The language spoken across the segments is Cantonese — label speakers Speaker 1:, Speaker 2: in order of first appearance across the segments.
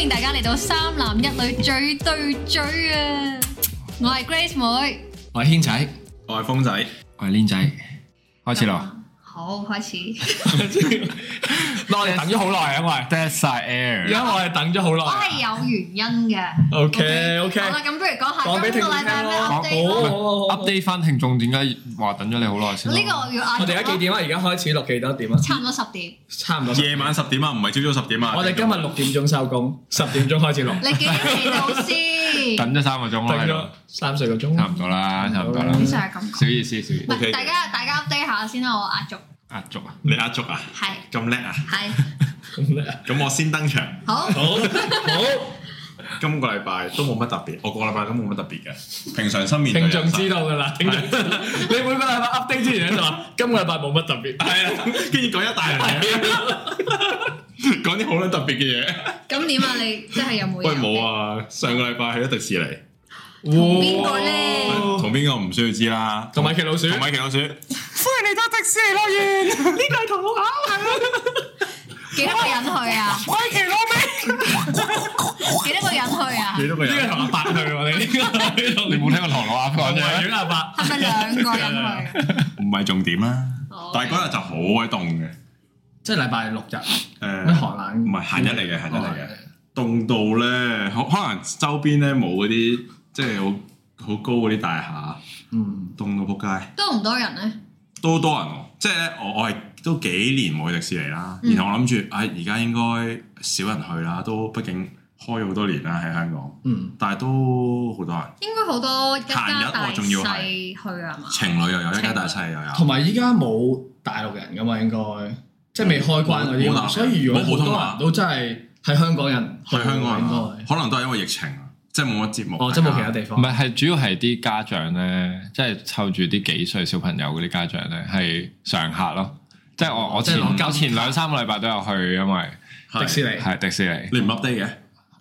Speaker 1: 迎大家嚟到三男一女嘴對嘴啊！我係 Grace 妹，
Speaker 2: 我係軒仔，
Speaker 3: 我係風仔，
Speaker 2: 我係 Lin 仔，開 始啦！
Speaker 1: 好開始。
Speaker 3: 我哋等咗好耐啊，我係，
Speaker 2: That's a
Speaker 3: 而
Speaker 2: air，
Speaker 3: 家我哋等咗好
Speaker 1: 我
Speaker 3: 耐。
Speaker 1: 係有原因嘅。
Speaker 3: OK OK，
Speaker 1: 好啦，咁不如講
Speaker 3: 講
Speaker 1: 下
Speaker 3: 俾
Speaker 1: 今
Speaker 3: 聽
Speaker 1: 個
Speaker 3: 眾
Speaker 1: 禮
Speaker 3: 聽
Speaker 1: 拜咩
Speaker 3: 咯。
Speaker 1: update 啦。
Speaker 3: 好
Speaker 2: update 翻聽眾點解話等咗你好耐先啦？
Speaker 1: 呢個我要
Speaker 4: 我
Speaker 1: 嗌
Speaker 4: 哋而家幾點啊？而家開始錄幾多點啊？
Speaker 1: 差唔多十點。
Speaker 4: 差唔多。
Speaker 3: 夜晚十點啊，唔係朝早十點啊。
Speaker 4: 我哋今日六點鐘收工，十點鐘開始錄，
Speaker 1: 你幾點嚟到 先？
Speaker 2: 等咗三個鐘
Speaker 4: 等
Speaker 2: 啦
Speaker 4: 咗，三四個
Speaker 2: 差唔
Speaker 4: 鐘。
Speaker 2: 多啦，差唔多啦，
Speaker 1: 通常係咁講。
Speaker 2: 小意思，小意
Speaker 1: 唔
Speaker 2: 思，
Speaker 1: 係，
Speaker 3: OK
Speaker 1: 大家大家 update 下先啦，我壓軸。
Speaker 2: 壓軸啊！
Speaker 3: 你壓軸啊，
Speaker 1: 係
Speaker 3: 咁叻啊，
Speaker 1: 係
Speaker 3: 咁我先登場。
Speaker 1: 好。
Speaker 4: 好，好，
Speaker 3: 今個禮拜都冇乜特別，我個禮拜都冇乜特別嘅，平常心面對人
Speaker 4: 聽眾
Speaker 3: 生。
Speaker 4: 知道㗎啦，聽眾。 你每個禮拜 update 之前咧就話，今個禮拜冇乜特別。
Speaker 3: 係啊，跟住講一大輪嘢，講啲好撚特別嘅嘢。
Speaker 1: 咁點啊？你即係有冇？
Speaker 3: 喂，冇！啊！上個禮拜去咗迪士尼，
Speaker 1: 同邊個咧
Speaker 4: 哇
Speaker 3: 同邊個唔需要知啦。
Speaker 4: 同米奇老鼠。
Speaker 3: 同米奇老鼠，
Speaker 4: 歡迎嚟到迪士尼樂園，呢個係同我
Speaker 1: 幾多個人去啊？
Speaker 4: 米奇老咩？
Speaker 1: 幾多個人去啊？
Speaker 3: 幾多個
Speaker 4: 呢個
Speaker 3: 人？
Speaker 4: 同阿伯去 喎，你呢個喺度
Speaker 2: 你冇聽過唐老鴨講
Speaker 4: 同
Speaker 2: 嘢咩？
Speaker 4: 維園阿伯。
Speaker 1: 係咪兩個人去？
Speaker 3: 唔係重點啦
Speaker 1: 哦，
Speaker 3: 但係嗰日就好鬼凍嘅。
Speaker 4: 即係禮拜六日，咩
Speaker 3: 誒，
Speaker 4: 冷
Speaker 3: 唔係閒日嚟嘅，閒日嚟
Speaker 4: 哦
Speaker 3: 嘅。凍到咧，可可能周邊咧冇嗰啲即係好好高嗰啲大
Speaker 4: 嗯
Speaker 3: 廈，凍到撲街，
Speaker 1: 多唔多人咧？
Speaker 3: 都多人喎。即係咧，我我係都幾年冇去迪士尼啦。
Speaker 4: 嗯
Speaker 3: 然後我諗住，唉、而家應該少人去啦，都畢竟開咗好多年啦喺香港，
Speaker 4: 嗯，
Speaker 3: 但係都好多人。
Speaker 1: 應該好多一家
Speaker 3: 閒日
Speaker 1: 大
Speaker 3: 我仲要
Speaker 1: 細
Speaker 3: 係
Speaker 1: 去啊 嘛？
Speaker 3: 情侶又有，一家大細又有，
Speaker 4: 同埋依家冇大陸人噶嘛，應該即係未開關嗰
Speaker 3: 冇大陸
Speaker 4: 啲，
Speaker 3: 人
Speaker 4: 所以如果
Speaker 3: 冇
Speaker 4: 好
Speaker 3: 普通
Speaker 4: 多
Speaker 3: 話
Speaker 4: 人都真係係香港人去
Speaker 3: 係香港人啊
Speaker 4: 應該
Speaker 3: 可能都係因為疫情啊，即係冇乜節目。
Speaker 4: 哦，即係冇其他地
Speaker 2: 唔
Speaker 4: 方。
Speaker 2: 係，係主要係啲家長咧，即係湊住啲幾歲小朋友嗰啲家長咧，係常客咯。即係我我
Speaker 4: 即係
Speaker 2: 前
Speaker 4: 攞金
Speaker 2: 我前兩三個禮拜都有去，因為
Speaker 3: 係
Speaker 4: 迪士尼
Speaker 2: 係迪士尼，
Speaker 3: 你唔 update 嘅，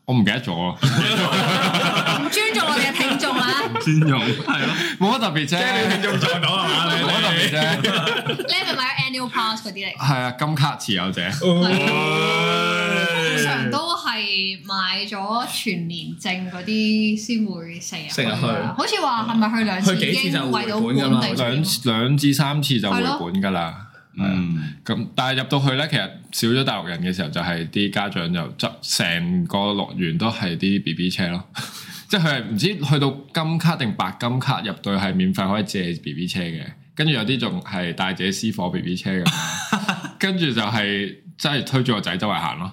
Speaker 2: 我唔記得咗，
Speaker 1: 唔尊重我哋嘅聽眾啊！
Speaker 3: 專用係 咯。
Speaker 2: 冇乜特別啫，冇
Speaker 4: 仲在講啊嘛
Speaker 2: 乜特別啫。
Speaker 1: 你係咪買咗 annual pass 嗰 啲嚟？
Speaker 2: 係啊，金卡持有者。
Speaker 1: 哦通常都係買咗全年證嗰啲先會成日
Speaker 4: 成日去
Speaker 1: 啊好似話係咪去兩次
Speaker 4: 去幾次
Speaker 1: 已
Speaker 4: 就
Speaker 1: 經
Speaker 4: 回
Speaker 1: 為到
Speaker 4: 本㗎嘛
Speaker 1: 本地
Speaker 2: 兩
Speaker 1: 錢
Speaker 2: 兩至三次就回本㗎啦。
Speaker 3: 嗯，
Speaker 2: 咁但係入到去咧，其實少咗大陸人嘅時候，就係啲家長就執成個樂園都係啲 B B 車咯。 即係佢係唔知去到金卡定白金卡入到係免費可以借 B B 車嘅，跟住有啲仲係帶自己私貨 B B 車咁樣，跟住就係真係推住個仔周圍行咯。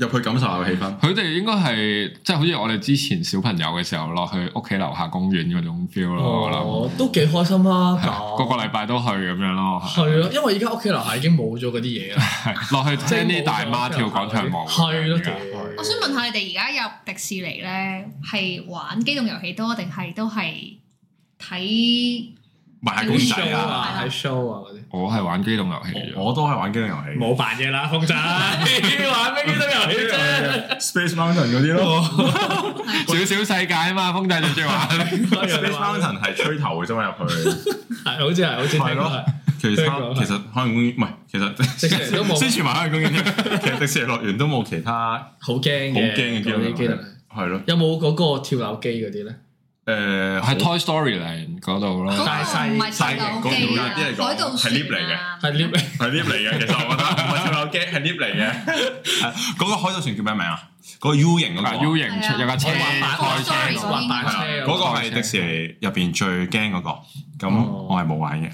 Speaker 3: 入去感受下個氣氛。
Speaker 2: 佢哋應該係即係好似我哋之前小朋友嘅時候落去屋企樓下公園嗰種 feel 咯，我諗。
Speaker 4: 哦，都幾開心啊！
Speaker 2: 係個個禮拜都去咁樣咯，係
Speaker 4: 係咯，因為而家屋企樓下已經冇咗嗰啲嘢啦，
Speaker 2: 係落去聽啲大媽跳廣場舞。啊
Speaker 4: 係咯，屌
Speaker 1: 我想問下你哋而家入迪士尼咧，係玩機動遊戲多定係都係睇？
Speaker 3: 買
Speaker 1: 公
Speaker 3: 公
Speaker 1: 仔
Speaker 3: 仔
Speaker 4: show
Speaker 3: 啊！
Speaker 4: 啊，喺 show 啊嗰啲，
Speaker 2: 我係玩機動遊戲啊嘅，
Speaker 3: 我都係玩機動遊戲
Speaker 4: 冇扮嘢啦，風仔 玩咩機動遊戲 啫？
Speaker 3: ，Space Mountain 嗰啲咯。
Speaker 2: 小小世界啊嘛，風仔最中意 玩。
Speaker 3: Space Mountain 係吹頭嘅啫嘛，入去。
Speaker 4: 係好似係，好似聽
Speaker 3: 係
Speaker 4: 講
Speaker 3: 咯
Speaker 4: 係。
Speaker 3: 其
Speaker 4: 聽
Speaker 3: 他
Speaker 4: 講
Speaker 3: 其實海洋公園唔係，其實
Speaker 4: 迪士尼 都冇
Speaker 3: 宣傳埋海洋公園 添。其實迪士尼樂園都冇其他好
Speaker 4: 好驚嘅，
Speaker 3: 驚嘅機動
Speaker 4: 嗰
Speaker 3: 遊
Speaker 4: 啲機
Speaker 3: 戲
Speaker 4: 動。。
Speaker 3: 係咯，
Speaker 4: 有冇嗰個跳樓機嗰啲咧？
Speaker 3: 誒
Speaker 2: 係 Toy Story Land 嗰度
Speaker 1: 嗰個
Speaker 2: 咯，
Speaker 4: 大細
Speaker 1: 唔係細
Speaker 3: 細
Speaker 1: 路
Speaker 3: 嘅
Speaker 1: 機啊，
Speaker 3: 嗰條
Speaker 1: 海盜
Speaker 3: 係 lift 嚟
Speaker 1: 船
Speaker 3: 嘅
Speaker 1: 啊，
Speaker 4: 係 lift
Speaker 3: 係 lift 嚟嘅，其實我覺得唔係跳樓機，係 lift 嚟嘅。嗰個海盜船叫咩名啊？嗰個 U 型嗰
Speaker 2: 啊
Speaker 3: 個
Speaker 2: U 型出有架車
Speaker 4: 我玩板
Speaker 2: 開車
Speaker 1: ，sorry，
Speaker 2: 嗰
Speaker 4: 滑板
Speaker 3: 係
Speaker 4: 車
Speaker 3: 啊嗰個係迪士尼入邊最驚嗰個，咁
Speaker 4: 哦
Speaker 3: 我係冇玩 嘅，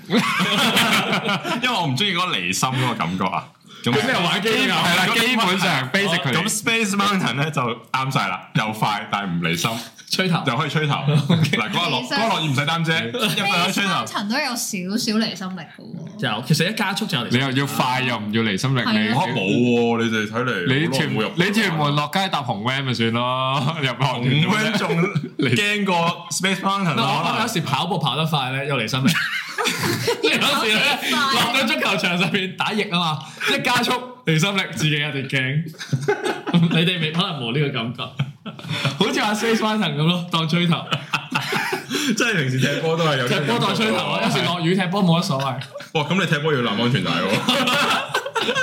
Speaker 3: 因為我唔中意嗰個離心嗰個感覺啊。咁
Speaker 4: 咩玩機
Speaker 2: 個，
Speaker 4: 啊？
Speaker 2: 係啦，基本上 basically
Speaker 3: 咁 Space Mountain 咧就啱晒啦，又快但係唔離心，
Speaker 4: 吹頭
Speaker 3: 又可以 吹頭。嗱，嗰日落
Speaker 1: 其
Speaker 3: 嗰
Speaker 1: 實
Speaker 3: 日落雨唔使擔遮，一個人吹頭
Speaker 1: 三。層都有少少離心力嘅喎。
Speaker 4: 有，其實一加速就嚟。
Speaker 2: 你又要快又唔要離心力，
Speaker 1: 係啊
Speaker 3: 嚇
Speaker 2: 你
Speaker 3: 冇喎，你哋睇嚟
Speaker 2: 你
Speaker 3: 好耐
Speaker 2: 屯
Speaker 3: 冇入啊
Speaker 2: 你屯門落街搭紅 van 咪算 咯，入行
Speaker 3: 五分仲 驚過 Space Mountain
Speaker 4: 嗱我我
Speaker 3: 啊
Speaker 4: 有時跑步跑得快咧，又嚟心力。有時咧落到足球場上面打翼啊嘛，一加速離心力，自己有啲驚。 你哋未可能冇呢個感覺，好似阿 Space Mountain 咁咯，當吹 頭，
Speaker 3: 即係平時踢波都係有
Speaker 4: 踢波當吹頭 啊！有時落雨踢波冇乜所謂。
Speaker 3: 哇！咁你踢波要攬安全帶喎。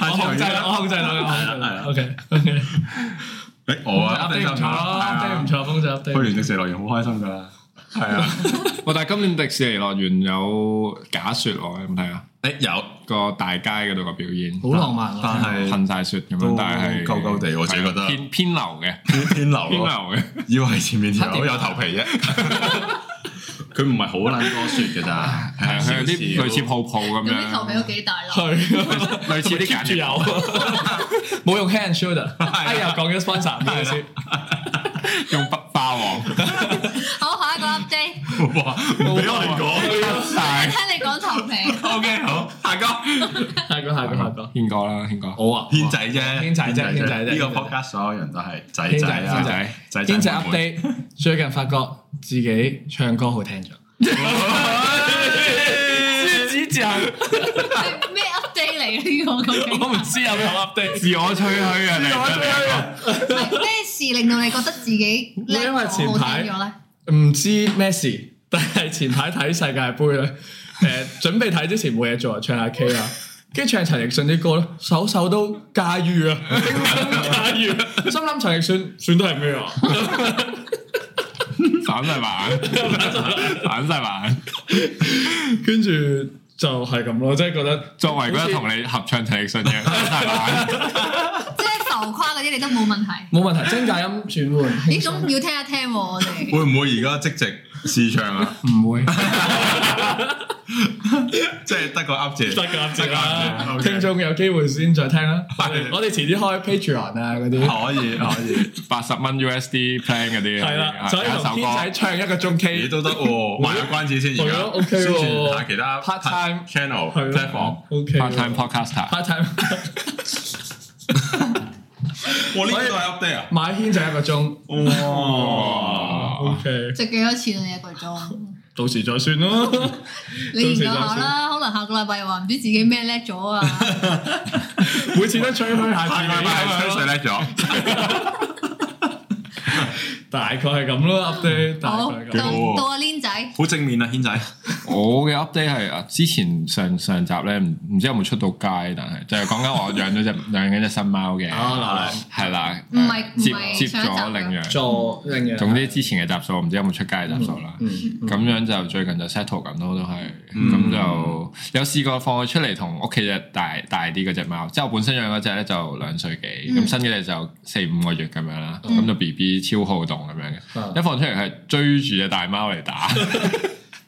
Speaker 4: 我控制到，我控制到，我控制到。OK OK，
Speaker 3: 誒我啊
Speaker 4: 啊 update 唔錯啊咯，update 唔錯，風仔 update
Speaker 3: 去。年迪士尼樂園好開心㗎啦，係啊，
Speaker 2: 喂，但係今年迪士尼樂園有假雪喎，有冇睇啊？
Speaker 3: 誒有，
Speaker 2: 個大街嗰度個表演，
Speaker 4: 好浪漫
Speaker 3: 但
Speaker 4: 啊！
Speaker 3: 係
Speaker 2: 噴晒雪咁樣
Speaker 3: 都，
Speaker 2: 但係
Speaker 3: 鳩鳩地我自己覺得
Speaker 2: 係啊偏偏流嘅，
Speaker 3: 偏流
Speaker 2: 偏流
Speaker 3: 咯，
Speaker 2: 嘅。
Speaker 3: 以為前面條
Speaker 4: 黑
Speaker 3: 友
Speaker 4: 點
Speaker 3: 有頭皮啫， 佢唔係好撚多雪㗎 咋，
Speaker 2: 係啊，佢有啲類似
Speaker 3: 少少
Speaker 2: 泡泡咁
Speaker 1: 咁啲頭皮都
Speaker 2: 樣，
Speaker 1: 幾大 粒，
Speaker 4: 係啊
Speaker 2: 類似啲
Speaker 4: ，keep
Speaker 2: 假
Speaker 4: 住
Speaker 2: 雪
Speaker 4: 有， 冇用 hand shoulder。哎呀，講緊 sponsor 唔好意思。
Speaker 2: 用北霸王
Speaker 1: 好下一個 update，
Speaker 3: 哇，唔俾我
Speaker 2: 晒。
Speaker 1: 聽你講頭皮，
Speaker 3: 嚟講，OK 好，下個
Speaker 4: 下個下個下個，
Speaker 2: 軒哥啦，軒哥，
Speaker 4: 我啊，
Speaker 3: 軒仔啫，
Speaker 4: 軒仔啫軒仔啫
Speaker 3: 呢
Speaker 4: 軒
Speaker 3: 個
Speaker 4: 仔
Speaker 3: podcast 所有人都係仔
Speaker 4: 軒
Speaker 3: 仔
Speaker 4: 仔
Speaker 3: 啊
Speaker 4: 軒，
Speaker 2: 仔
Speaker 3: 仔
Speaker 4: 經濟
Speaker 3: 妹妹
Speaker 4: update，最近發覺自己唱歌好聽咗。獅子像，
Speaker 1: 係咩 update 嚟呢個究竟？
Speaker 4: 我唔知有咩好 update。
Speaker 2: 自我吹噓啊，你
Speaker 1: 係咩事令到你覺得自己叻
Speaker 4: 因為前
Speaker 1: 咗好
Speaker 4: 排
Speaker 1: 聽咗咧？
Speaker 4: 唔知咩事，但係前排睇世界盃 咧，誒、準備睇之前冇嘢做啊，唱下 K 啊，跟住唱陳奕迅啲歌咧，首首都駕馭啊，輕鬆 駕馭啊， 心諗陳奕迅算得係咩啊？
Speaker 2: 反晒眼，反晒眼。
Speaker 4: 跟住就係咁咯，即係覺得
Speaker 2: 作為嗰日同你合唱陳奕迅嘅，反晒眼。
Speaker 1: 即係浮誇嗰啲你都冇問 題。
Speaker 4: 冇問題，精簡音轉換，
Speaker 1: 呢種要聽一聽喎，我哋。
Speaker 3: 會唔會而家即席試唱啊？
Speaker 4: 唔會得
Speaker 3: 即係得個 up 字，
Speaker 4: 㗎，得
Speaker 3: 啦
Speaker 4: 㗎，
Speaker 3: OK
Speaker 4: 聽眾有機會先再聽啦。我
Speaker 3: 係
Speaker 4: 哋我哋遲啲開 Patreon 啊嗰啲，
Speaker 3: 可以可以，
Speaker 2: 八十蚊 USD plan 嗰啲，
Speaker 4: 係啦，所以
Speaker 2: 有
Speaker 4: 同
Speaker 2: 一首
Speaker 4: 天仔
Speaker 2: 歌。
Speaker 4: 唱一個鐘 K
Speaker 3: 你。都得喎，賣個關子先而
Speaker 4: 係
Speaker 3: 家
Speaker 4: 咯，OK 喎
Speaker 3: 宣傳下其他
Speaker 4: Part time
Speaker 3: channel
Speaker 4: 係
Speaker 3: platform。
Speaker 4: O K
Speaker 2: part time podcaster，
Speaker 4: part time
Speaker 3: 我呢個係 update 啊！
Speaker 4: 買軒仔一個鐘
Speaker 3: 哇，
Speaker 4: ，O K，
Speaker 1: 值幾多錢啊？一個鐘，
Speaker 4: 到時再算咯。
Speaker 1: 你研究下啦。可能下個禮拜又話唔知自己咩叻咗啊，
Speaker 4: 每次都吹噓下自
Speaker 3: 下
Speaker 4: 己
Speaker 3: 個禮拜係
Speaker 4: 咁
Speaker 3: 吹水
Speaker 4: 樣，
Speaker 3: 叻咗，
Speaker 4: 大概係咁咯，update 大概
Speaker 1: 好
Speaker 4: 係咁。
Speaker 1: 到到阿 Lin 仔，
Speaker 3: 好正面啊，軒仔。
Speaker 2: 我嘅 update 係啊，之前上上集咧，唔唔知有冇出到街，但係就係講緊我養咗隻 養緊只新貓嘅，
Speaker 4: 啊
Speaker 2: 係啦，啊
Speaker 1: 唔係
Speaker 2: 接
Speaker 1: 唔係
Speaker 2: 接
Speaker 1: 上一集啊
Speaker 2: 咗領
Speaker 4: 嗱，
Speaker 2: 養。
Speaker 4: 做另嘢。
Speaker 2: 總之之前嘅集數唔知有冇出街嘅集數啦，
Speaker 4: 嗯
Speaker 2: 咁樣就最近就 settle 緊咯，都係咁就有試過放佢出嚟同屋企只大大啲嗰只貓，即係我本身養嗰只咧就兩歲幾，
Speaker 1: 嗯
Speaker 2: 咁新嗰只就四五個月咁樣啦，咁就 B B 超好動咁樣
Speaker 4: 嗯
Speaker 2: 嘅，一放出嚟係追住隻大貓嚟打，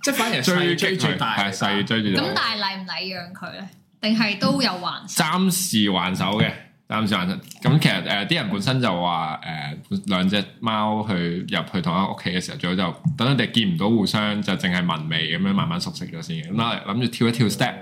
Speaker 4: 即係反而
Speaker 2: 追
Speaker 4: 追追
Speaker 2: 擊
Speaker 4: 最
Speaker 2: 佢，
Speaker 4: 大
Speaker 2: 係細追住
Speaker 1: 咁
Speaker 2: 佢，
Speaker 1: 但係禮唔禮讓佢咧？定係都有還手？
Speaker 2: 暫時還手嘅。暫時還手。咁其實誒啲、人本身就話誒、兩隻貓去入去同一個屋企嘅時候，最好就等佢哋見唔到互相，就淨係聞味咁樣慢慢熟悉咗先嘅。咁啦，諗住跳一跳 step，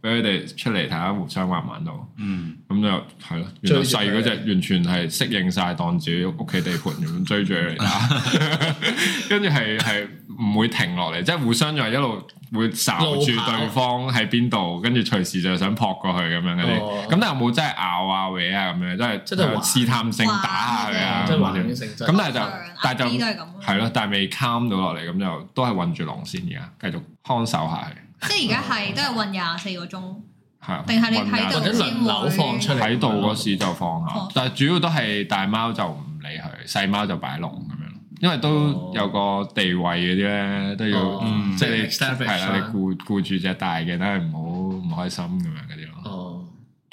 Speaker 2: 俾佢
Speaker 4: 哦
Speaker 2: 哋出嚟睇下互相玩唔玩到。
Speaker 3: 嗯，
Speaker 2: 咁就係咯，原來細嗰只完全係適應晒，當自己屋企地盤咁樣追住佢嚟打， 跟住係係唔會停落嚟，即係互相就係一路會睄住對方喺邊度，跟住隨時就想撲過去咁樣嗰啲。咁、
Speaker 4: 哦
Speaker 2: 但係冇真係咬啊、搲啊咁樣，真係
Speaker 4: 即係都係玩
Speaker 2: 試探性打下佢啊。
Speaker 4: 即係環境性質。
Speaker 2: 咁但係就但係
Speaker 1: 啲
Speaker 2: 就
Speaker 1: 都係咁啊
Speaker 2: 係咯，但係未 calm 到落嚟，咁就都係韞住龍先，而家繼續看守下佢。
Speaker 1: 即係而家係都係運廿四個鐘，
Speaker 2: 係啊
Speaker 1: 定係你
Speaker 2: 韞
Speaker 1: 睇
Speaker 2: 下
Speaker 1: 到
Speaker 4: 或者輪流放出嚟
Speaker 2: 喺度嗰時就放下
Speaker 1: 哦，
Speaker 2: 但係主要都係大貓就唔理佢，細貓就擺籠咁樣，因為
Speaker 4: 哦
Speaker 2: 都有個地位嗰啲咧，都要
Speaker 4: 哦
Speaker 2: 嗯即係你
Speaker 4: 即係
Speaker 2: 係
Speaker 4: establish
Speaker 2: 啦，你
Speaker 4: 啦
Speaker 2: 顧顧住隻大嘅，等佢唔好唔開心咁樣嗰啲咯，
Speaker 4: 哦。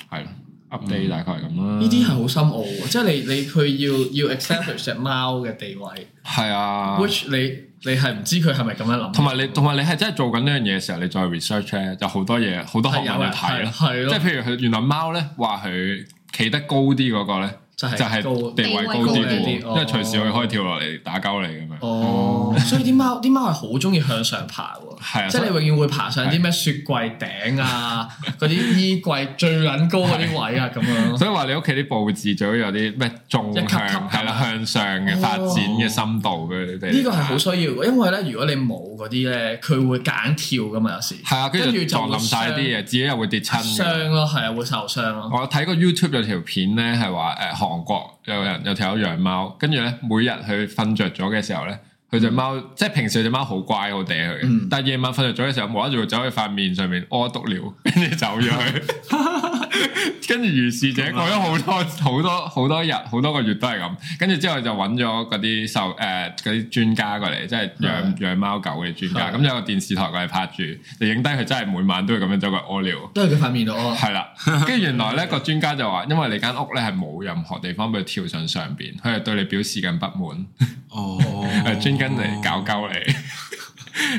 Speaker 2: 係咯，update 大概係咁啦。
Speaker 4: 呢啲係好深奧喎，即係你你佢要要 establish 只貓嘅地位
Speaker 2: 係啊，
Speaker 4: ，which 你你係唔知佢係咪咁樣諗，
Speaker 2: 同埋你同埋你係真係做緊呢樣嘢嘅時候，你再 research 咧，就好多嘢好多學
Speaker 4: 係有
Speaker 2: 問去睇
Speaker 4: 睇
Speaker 2: 咯。
Speaker 4: 係
Speaker 2: 即係
Speaker 4: 咯，
Speaker 2: 譬如佢原來貓咧話佢企得高啲嗰個咧，
Speaker 4: 就
Speaker 2: 就係
Speaker 4: 高
Speaker 2: 地位高啲嘅喎，
Speaker 4: 地位高啲
Speaker 2: 因為隨時佢可以跳落嚟打鳩你咁樣。
Speaker 4: 哦，所以啲貓啲貓係好中意向上爬
Speaker 2: 係
Speaker 4: 喎，
Speaker 2: 啊
Speaker 4: 即係你永遠會爬上啲咩雪櫃頂啊， 嗰啲衣櫃最撚高嗰啲位啊咁樣。
Speaker 2: 所以話你屋企啲佈置最好有啲咩縱
Speaker 4: 一級級咁
Speaker 2: 向係啦，向上嘅發展嘅深度俾你哋。
Speaker 4: 呢個係好需要嘅，因為咧，如果你冇嗰啲咧，佢會揀跳噶嘛，有時
Speaker 2: 係啊，跟
Speaker 4: 跟
Speaker 2: 住
Speaker 4: 住就
Speaker 2: 撞冧晒啲嘢，自己又會跌親嘅。
Speaker 4: 傷咯，係啊，會受傷咯。
Speaker 2: 我睇過 YouTube 有條片咧，係話誒韓國有人有條友養貓，跟住咧每日佢瞓着咗嘅時候咧，佢佢只貓即係平時佢只貓好乖好嗲佢嘅，
Speaker 4: 嗯
Speaker 2: 但係夜晚瞓着咗嘅時候，無啦啦就會走去塊面上面屙篤尿，跟住走咗 去，跟住如是者過咗好多好多好多日好多個月都係咁，跟住之後就揾咗嗰啲獸誒嗰啲專家過嚟，即係養養貓狗嘅專家，
Speaker 4: 係
Speaker 2: 咁有個電視台過嚟拍住，就影低佢真係每晚都會咁樣走過去屙尿。
Speaker 4: 都係佢塊面度哦屙。
Speaker 2: 係啦， 跟住原來咧個專家就話，因為你間屋咧係冇任何地方俾佢跳上上邊，佢係對你表示緊不滿，
Speaker 3: 哦，
Speaker 2: 係 專跟嚟搞鳩你，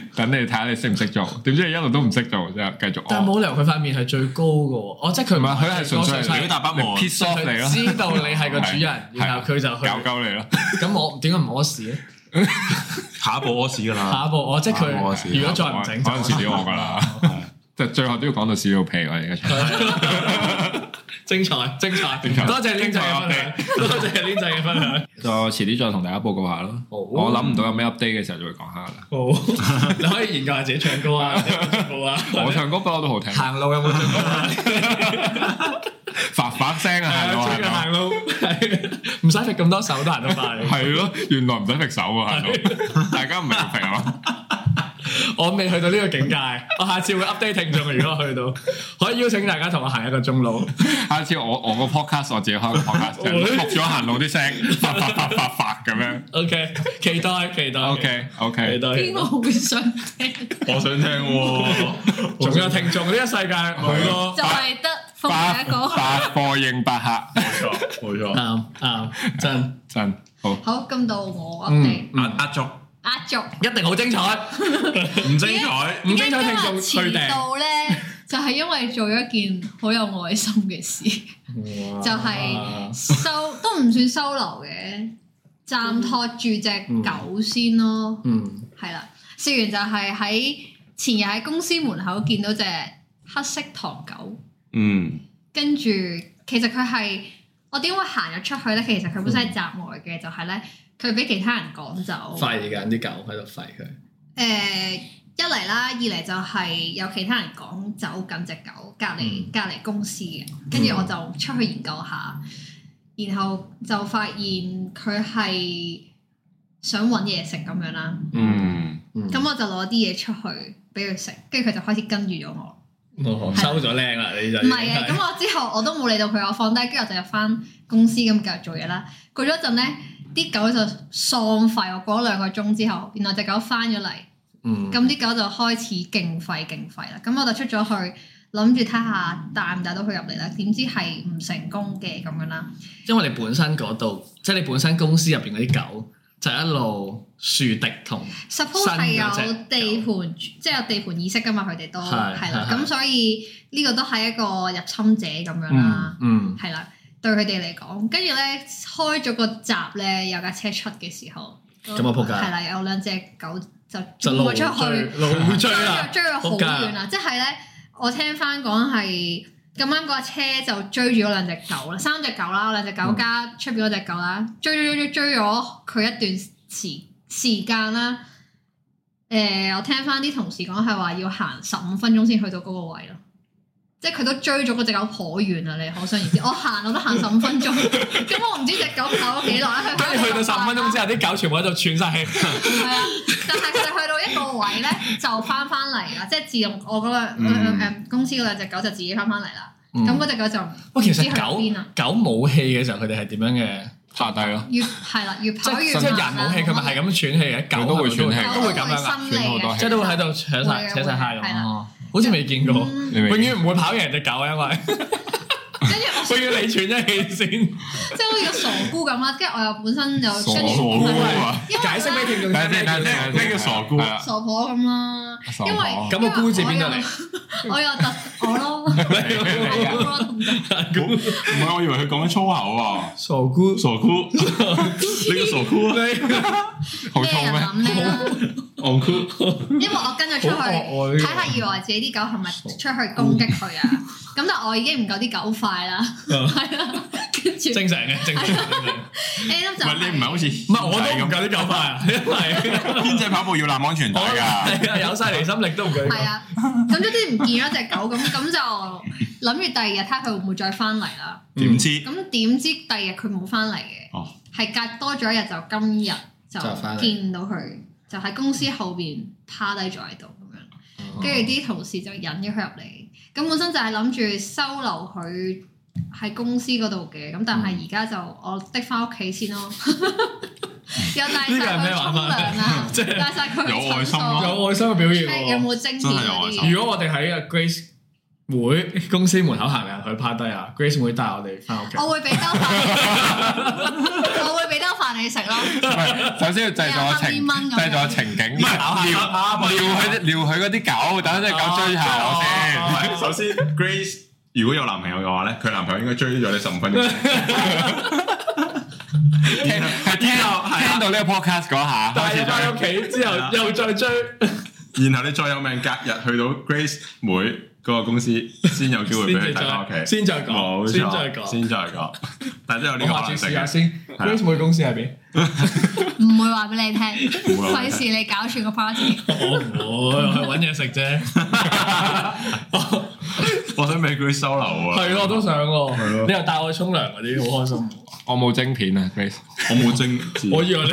Speaker 2: 等你睇下你識唔識做。點知你一路都唔識做，之後繼續
Speaker 4: 但係
Speaker 2: 屙。
Speaker 4: 冇理由佢塊面係最高嘅喎，哦，即係佢
Speaker 2: 哦唔
Speaker 4: 唔
Speaker 2: 係
Speaker 4: 係
Speaker 2: 佢係純粹
Speaker 4: 最高
Speaker 2: 係
Speaker 3: 表達不滿
Speaker 2: 你 piss off 你
Speaker 4: 佢
Speaker 2: 咯，
Speaker 4: 知道你係個主人，
Speaker 2: 係
Speaker 4: 然後佢就去
Speaker 2: 搞鳩你咯。
Speaker 4: 咁我點解唔屙屎咧？
Speaker 3: 下一步屙屎噶啦，
Speaker 4: 下一步我即係
Speaker 3: 下一步屙屎
Speaker 4: 佢，如果再唔整就
Speaker 2: 可能遲啲我㗎啦。 就最後都要講到屎尿屁我哋而家。
Speaker 4: 精彩精彩，
Speaker 2: 彩
Speaker 4: 多謝 Lin 仔嘅分享，多謝 Lin 仔嘅分享。
Speaker 2: 就遲啲再同大家報告下咯。
Speaker 4: 好
Speaker 2: 我諗唔到有咩 update 嘅時候就會講下啦。
Speaker 4: 好，你可以研究下自己唱歌啊，舞啊，
Speaker 2: 我唱歌不嬲都好聽，
Speaker 4: 行路有冇進步啊？
Speaker 2: 發發聲啊，係 咯，係咯。
Speaker 4: 行路唔使揈咁多手都 行得快。
Speaker 2: 系咯，原來唔使劈手啊，係咯大家唔係劈咯，
Speaker 4: 我未去到呢個境界， 我下次會 update 聽眾。如果我去到，可以邀請大家同我行一個中路。
Speaker 2: 下次我我個 podcast 我自己開個 podcast，就係錄咗行路啲聲，發發發發發咁樣。
Speaker 4: OK，期待期待
Speaker 2: OK
Speaker 4: 期
Speaker 2: OK，
Speaker 4: 待。
Speaker 1: 邊個會想聽？ 就
Speaker 3: 我想聽喎，
Speaker 4: 仲有聽眾呢個世 界佢咯，
Speaker 1: 係得馮
Speaker 2: 八
Speaker 1: 姐一個。
Speaker 2: 八貨應八客，
Speaker 3: 冇錯冇錯，
Speaker 4: 啱啱真
Speaker 2: 真好。
Speaker 1: 好，咁到我
Speaker 2: 嗯
Speaker 1: update
Speaker 4: 嗯
Speaker 3: 壓壓軸
Speaker 1: 壓軸。
Speaker 4: 一定好精彩。
Speaker 3: 唔精彩，
Speaker 4: 唔精彩聽
Speaker 1: 點解
Speaker 4: 眾退
Speaker 1: 今日遲
Speaker 4: 訂，
Speaker 1: 到咧， 就係因為做咗一件好有愛心嘅事， 就係收都唔算收留嘅，暫托住只狗先咯。
Speaker 4: 嗯
Speaker 1: 係啦，試完就係喺前日喺公司門口見到只黑色唐狗，
Speaker 3: 嗯
Speaker 1: 跟住其實佢係我點會行入出去咧？其實佢本身係閘外嘅，就係咧佢俾其他人趕走。
Speaker 4: 吠緊啲狗喺度吠佢。
Speaker 1: 誒、一嚟啦，二嚟就係有其他人講走緊只狗，隔離、隔離公司嘅，跟住我就出去研究下，然後就發現佢係想揾嘢食咁樣啦，
Speaker 3: 嗯，
Speaker 1: 咁、我就攞啲嘢出去俾佢食，跟住佢就開始跟住咗我。
Speaker 4: 哦收咗靚啦，你就
Speaker 1: 唔係啊，咁我之後我都冇理到佢，我放低，跟住我就入翻公司咁繼續做嘢啦。過咗一陣咧，啲狗就喪吠我，過咗兩個鐘之後，原來只狗翻咗嚟。
Speaker 4: 嗯
Speaker 1: 咁啲狗就開始勁吠勁吠啦。咁我就出咗去諗住睇下帶唔帶到佢入嚟啦，點知係唔成功嘅咁樣啦。
Speaker 4: 因為你本身嗰度，即係你本身公司入邊嗰啲狗，就一路樹敵同
Speaker 1: suppose
Speaker 4: 新
Speaker 1: 係
Speaker 4: 嗰隻
Speaker 1: 有地盤，即係有地盤意識噶嘛，佢哋都
Speaker 4: 係
Speaker 1: 係啦。
Speaker 4: 係
Speaker 1: 咁所以呢個都係一個入侵者咁樣啦
Speaker 4: 嗯，嗯
Speaker 1: 係啦。對佢哋嚟講，跟住咧開咗個閘咧，有架車出嘅時候，
Speaker 4: 咁啊仆街
Speaker 1: 係啦，有兩隻狗就
Speaker 4: 就
Speaker 1: 衝
Speaker 4: 路
Speaker 1: 咗出去
Speaker 4: 追。路追啦，
Speaker 1: 追咗好
Speaker 4: 仆街啊
Speaker 1: 遠啦，即係咧，我聽翻講係咁啱嗰架車就追住嗰兩隻狗啦，三隻狗啦，兩隻狗
Speaker 4: 嗯
Speaker 1: 加出邊嗰只狗啦，追追追追追咗佢一段時時間啦。誒、我聽翻啲同事講係話要行十五分鐘先去到嗰個位咯。即係佢都追咗嗰只狗頗遠啊啦，你可想而知。我行我都行十五 分鐘，咁我唔知只狗跑咗幾耐啦。佢跑
Speaker 4: 跟住去到
Speaker 1: 咗
Speaker 4: 十五分鐘之後，啲狗全部喺度喘晒氣。
Speaker 1: 係啊，但係佢去到一個位咧，就翻翻嚟啦，即係自動我嗰兩
Speaker 3: 嗯
Speaker 1: 誒公司嗰兩隻狗就自己翻翻嚟啦。
Speaker 4: 嗯
Speaker 1: 咁嗰只狗就
Speaker 4: 喂，其
Speaker 1: 唔知
Speaker 4: 實
Speaker 1: 去
Speaker 4: 狗
Speaker 1: 邊啊
Speaker 4: 狗冇氣嘅時候，佢哋係點樣嘅？
Speaker 2: 趴低咯，
Speaker 1: 越係啦，越跑
Speaker 4: 即
Speaker 1: 越啊
Speaker 4: 即係人冇氣，佢咪係咁喘氣嘅。
Speaker 2: 佢
Speaker 4: 狗
Speaker 2: 都會喘氣
Speaker 4: 都會咁樣噶，
Speaker 1: 心理
Speaker 2: 喘好多
Speaker 1: 嘅，
Speaker 4: 即係都會喺度扯
Speaker 1: 會
Speaker 4: 晒扯晒
Speaker 1: 會
Speaker 4: 蝦
Speaker 1: 係啦
Speaker 4: 咁。好似未見過，永
Speaker 1: 嗯
Speaker 2: 你明唔明？
Speaker 4: 遠唔會跑贏只狗，因為
Speaker 1: 跟住我
Speaker 4: 永遠你喘一氣先。
Speaker 1: 即係好似個傻姑咁啦，跟住我又本身有
Speaker 2: 傻
Speaker 1: 跟住
Speaker 2: 姑啊！
Speaker 1: 因為
Speaker 4: 解釋俾聽眾
Speaker 2: 等下
Speaker 4: 聽
Speaker 2: 先，等下
Speaker 4: 咩
Speaker 2: 先，
Speaker 3: 咩叫
Speaker 4: 叫做
Speaker 3: 傻姑
Speaker 2: 係啦
Speaker 1: 傻婆咁啦，
Speaker 2: 傻
Speaker 1: 因為
Speaker 2: 婆
Speaker 4: 咁個姑字邊度嚟？
Speaker 1: 我又特我 咯，我咯同埋
Speaker 3: 唔係我以為佢講緊粗口啊，
Speaker 4: 傻姑，
Speaker 3: 傻姑，你個傻姑啊，
Speaker 2: 好
Speaker 1: 咩
Speaker 2: 痛
Speaker 1: 人
Speaker 2: 咩？
Speaker 1: 諗咩啦？
Speaker 3: 戇姑，
Speaker 1: 因為我跟咗出
Speaker 4: 好惡啊呢
Speaker 1: 去
Speaker 4: 個
Speaker 1: 睇下以外自己啲狗係咪出去攻擊佢啊？ 咁但係我已經唔夠啲狗快
Speaker 3: 啊
Speaker 1: 啦， 係啦，跟住
Speaker 4: 正常嘅，正常正常。
Speaker 1: A 粒
Speaker 3: 唔
Speaker 1: 就
Speaker 3: 係你唔係好似
Speaker 4: 唔
Speaker 3: 唔
Speaker 4: 係我都唔夠啲狗快啊，因為
Speaker 3: 編制跑步要攬安全
Speaker 4: 我
Speaker 3: 帶㗎，
Speaker 4: 係啊 有晒離心力都唔夠啲狗。
Speaker 1: 係啊，咁總之唔見咗只狗咁，咁就諗住第二日睇下佢會唔會再翻嚟啦。
Speaker 3: 點知
Speaker 1: 咁點知第二日佢冇翻嚟嘅，
Speaker 3: 哦
Speaker 1: 係隔多咗一日就今日就
Speaker 4: 就返嚟
Speaker 1: 見到佢，就喺公司後邊趴低咗喺度咁樣。
Speaker 4: 哦
Speaker 1: 跟住啲同事就引咗佢入嚟。咁本身就係諗住收留佢喺公司嗰度嘅，咁但係而家就我的翻屋企先咯。又帶
Speaker 4: 呢個
Speaker 1: 晒
Speaker 4: 係
Speaker 1: 佢
Speaker 4: 咩
Speaker 1: 沖
Speaker 4: 玩
Speaker 1: 涼
Speaker 4: 法
Speaker 1: 啊，
Speaker 4: 即係
Speaker 1: 帶晒佢去
Speaker 3: 有
Speaker 1: 診
Speaker 3: 愛心咯
Speaker 1: 所，
Speaker 4: 有愛心嘅表現
Speaker 1: 係有
Speaker 4: 喎。
Speaker 1: 冇精
Speaker 3: 真
Speaker 1: 緻
Speaker 3: 係有
Speaker 1: 嗰
Speaker 3: 愛
Speaker 1: 啲
Speaker 3: 心
Speaker 1: 嘢？
Speaker 4: 如果我哋喺阿 Grace 會公司門口行人去趴低啊，Grace 會帶我哋翻屋企。
Speaker 1: 我會俾兜飯你，我會俾兜飯你食咯。
Speaker 2: 首先要製造個
Speaker 1: 你有黑
Speaker 2: 情
Speaker 1: 面蚊咁樣
Speaker 2: 製造個情景，唔係
Speaker 4: 考下
Speaker 2: 撩
Speaker 4: 考下
Speaker 2: 撩佢撩佢嗰啲狗，等隻狗追下我先。
Speaker 3: 唔係， 首先 Grace 如果有男朋友嘅話咧，佢男朋友應該追咗你十五分 鐘。
Speaker 2: 聽係聽到聽到呢個 podcast 嗰下，
Speaker 4: 帶
Speaker 2: 開始
Speaker 4: 咗翻屋
Speaker 2: 咗
Speaker 4: 企之後，又再追。
Speaker 3: 然後你再有命隔日去到 Grace 妹嗰個公司，先有機會俾佢帶翻屋企。
Speaker 4: 先
Speaker 3: 冇
Speaker 4: 再講，
Speaker 3: 錯，
Speaker 4: 先再講。
Speaker 3: 先再講，但都有呢
Speaker 4: 我
Speaker 3: 個
Speaker 4: 下
Speaker 3: 可能
Speaker 4: 次
Speaker 3: 性啊嘅。
Speaker 4: 試下先。Grace 會公司喺邊？
Speaker 1: 唔會話俾你聽，
Speaker 3: 唔會話
Speaker 1: 費
Speaker 3: 俾你聽
Speaker 1: 事你搞串個 party。
Speaker 4: 我唔會，我去揾嘢食啫。
Speaker 3: 我想俾佢收留啊！
Speaker 4: 係咯， 我都想
Speaker 3: 咯
Speaker 4: 喎。你又帶我去沖涼嗰啲，好開心喎。
Speaker 2: 我冇晶片啊，Grace。
Speaker 3: 我冇精子，啊
Speaker 4: 我以為你，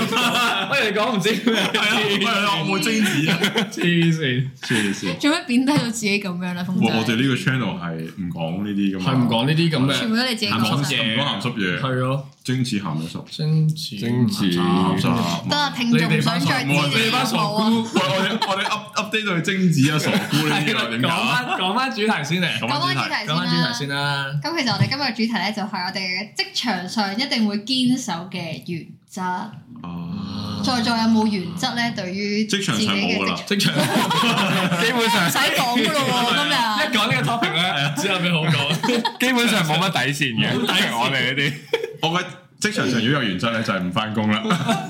Speaker 4: 喂你講唔知咩？
Speaker 3: 係啊我冇精子啊！
Speaker 4: 黐線，
Speaker 3: 黐線，
Speaker 1: 做咩貶低到自己咁樣啦？風
Speaker 3: 我我
Speaker 1: 仔
Speaker 3: 哋，呢個 channel 係唔講呢啲噶嘛，
Speaker 4: 係唔講呢啲咁
Speaker 1: 全
Speaker 4: 嘅，
Speaker 1: 部都你自己
Speaker 3: 唔講
Speaker 1: 講
Speaker 4: 鹹
Speaker 1: 晒。
Speaker 4: 嘢
Speaker 3: 唔講鹹濕嘢，
Speaker 4: 係咯，
Speaker 3: 精子鹹咗熟，
Speaker 4: 精子
Speaker 2: 精子
Speaker 3: 鹹濕
Speaker 1: 得啦，聽眾唔想再知
Speaker 4: 你
Speaker 1: 你
Speaker 4: 哋班傻
Speaker 1: 冇
Speaker 4: 姑
Speaker 1: 啊。，
Speaker 3: 喂，我哋我哋 up update 到去精子啊傻姑呢啲啊點
Speaker 4: 講
Speaker 3: 搞
Speaker 4: 翻
Speaker 3: 啊？
Speaker 4: 講翻主題先嚟，
Speaker 3: 講
Speaker 1: 講翻
Speaker 3: 翻
Speaker 1: 主
Speaker 3: 主題，
Speaker 1: 題
Speaker 4: 講翻主題
Speaker 1: 先
Speaker 4: 先
Speaker 1: 啦。
Speaker 4: 啦。
Speaker 1: 咁其實我哋今日嘅主題咧，就係我哋嘅職場上一定會堅守嘅原則。
Speaker 3: 哦，
Speaker 4: 嗯
Speaker 1: 在座有冇原則咧？對於自
Speaker 3: 職
Speaker 1: 己
Speaker 3: 場上
Speaker 1: 嘅
Speaker 3: 冇噶啦
Speaker 1: 職，
Speaker 4: 職場
Speaker 2: 基本
Speaker 1: 唔
Speaker 2: 上
Speaker 1: 使講噶咯 喎，
Speaker 4: 一
Speaker 1: 今日。
Speaker 4: 講呢個 topic 咧，之後俾好講。
Speaker 2: 基本上冇乜底線嘅，
Speaker 4: 冇底線
Speaker 2: 我哋呢啲。
Speaker 3: 我覺得職場上如果有原則咧，就係唔翻 工啦，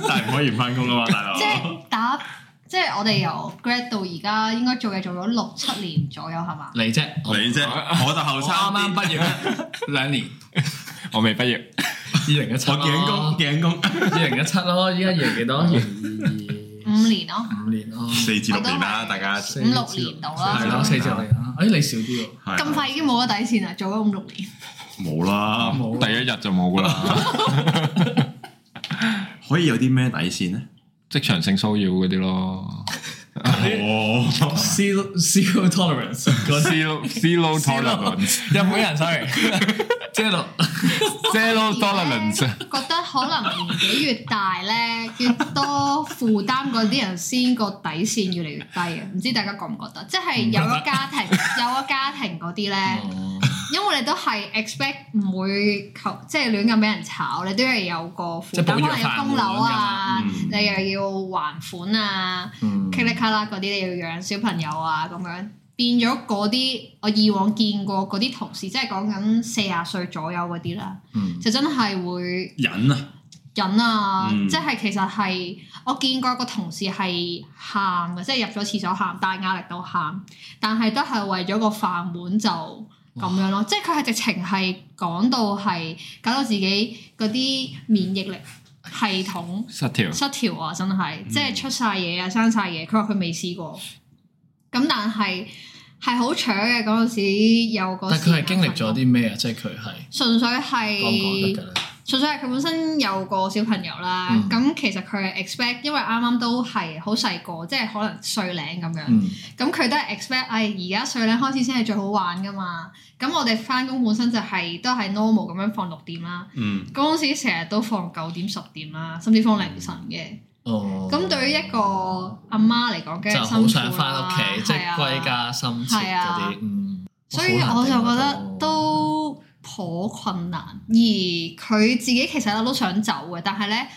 Speaker 3: 但係唔可以唔翻工啊嘛，大佬
Speaker 1: 即。係打，即係我哋由 grad 到而家，應該做嘢做咗六七年左右，係嘛？
Speaker 4: 你啫，
Speaker 3: 你啫，我就後
Speaker 4: 我
Speaker 3: 生
Speaker 4: 啱啱
Speaker 3: 啲，
Speaker 4: 畢業兩年，
Speaker 2: 我未畢業，
Speaker 4: 二零一七
Speaker 3: 我頸
Speaker 4: 哦
Speaker 3: 工頸工，
Speaker 4: 二零一七咯，依家二零 幾多？二零
Speaker 1: 五年咯，
Speaker 4: 二五年咯，
Speaker 3: 四至六年啦，
Speaker 1: 我都係
Speaker 3: 大家
Speaker 4: 四
Speaker 1: 五六年到
Speaker 4: 係
Speaker 1: 啦，
Speaker 4: 咯，四隻嚟啦。誒，你少啲喎，
Speaker 3: 係
Speaker 1: 咁快已經冇咗底線啦，做咗五六年。
Speaker 3: 冇啦，
Speaker 4: 冇啊
Speaker 2: 第一日就冇噶啦。
Speaker 3: 可以有啲咩底線咧？
Speaker 2: 職場性騷擾嗰啲咯
Speaker 3: 哦。
Speaker 4: 啊 zero zero tolerance 嗰啲。
Speaker 2: ，zero zero tolerance，zero
Speaker 4: 日本人 sorry，即係
Speaker 2: 哦
Speaker 1: 覺
Speaker 2: tolerance。
Speaker 1: 得可能年紀越大咧，越多負擔嗰啲人先個底線越嚟越低啊！唔知大家覺唔覺得？即係有咗家庭， 有咗家庭嗰啲咧，因為你都係 expect 唔會求即係亂咁俾人炒，你都係有個負
Speaker 4: 即係
Speaker 1: 擔，
Speaker 4: 保
Speaker 1: 可能
Speaker 4: 住
Speaker 1: 有供樓啊，
Speaker 3: 飯碗㗎嘛嗯
Speaker 1: 你又要還款啊。
Speaker 4: 嗯
Speaker 1: 噼里卡啦嗰啲，你要養小朋友啊咁樣，變咗嗰啲我以往見過嗰啲同事，即係講緊四廿歲左右嗰啲啦，
Speaker 4: 嗯
Speaker 1: 就真係會
Speaker 3: 忍啊，
Speaker 1: 忍啊，
Speaker 3: 嗯
Speaker 1: 即係其實係我見過個同事係喊嘅，即係入咗廁所喊，大壓力到喊，但係都係為咗個飯碗就咁樣咯，即係佢係直情係講到係搞到自己嗰啲免疫力系統。
Speaker 2: 失
Speaker 4: 嗯
Speaker 2: 調，
Speaker 1: 失調啊，真係，即係出晒嘢啊，生晒嘢。佢話佢未試過，咁但係係好搶嘅嗰陣時有個。
Speaker 4: 但佢係經歷咗，啲咩啊？即係佢係
Speaker 1: 純粹
Speaker 4: 講唔講
Speaker 1: 係
Speaker 4: 得㗎咧？
Speaker 1: 純粹係佢本身有個小朋友啦。
Speaker 4: 嗯
Speaker 1: 咁、其實佢係 expect，因為啱啱都係好細個，即係可能歲零咁樣。
Speaker 4: 嗯，
Speaker 1: 咁佢都係 expect，唉，而家歲零開始先係最好玩噶嘛。咁我哋翻工本身就係、都係 normal 咁樣放六點啦。
Speaker 3: 嗯，
Speaker 1: 嗰陣時成日都放九點十點啦，甚至放凌晨嘅。
Speaker 4: 哦，
Speaker 1: 咁對於一個阿媽嚟講，梗係
Speaker 4: 就好
Speaker 1: 辛
Speaker 4: 想
Speaker 1: 苦
Speaker 4: 翻
Speaker 1: 啦
Speaker 4: 屋企，即
Speaker 1: 係啊
Speaker 4: 係歸家心切
Speaker 1: 係
Speaker 4: 嗰
Speaker 1: 啊
Speaker 4: 啲，嗯，
Speaker 1: 所以
Speaker 4: 好
Speaker 1: 我就
Speaker 4: 難
Speaker 1: 覺
Speaker 4: 頂
Speaker 1: 得
Speaker 4: 喎
Speaker 1: 都頗困難。而佢自己其實我都想走嘅，但係咧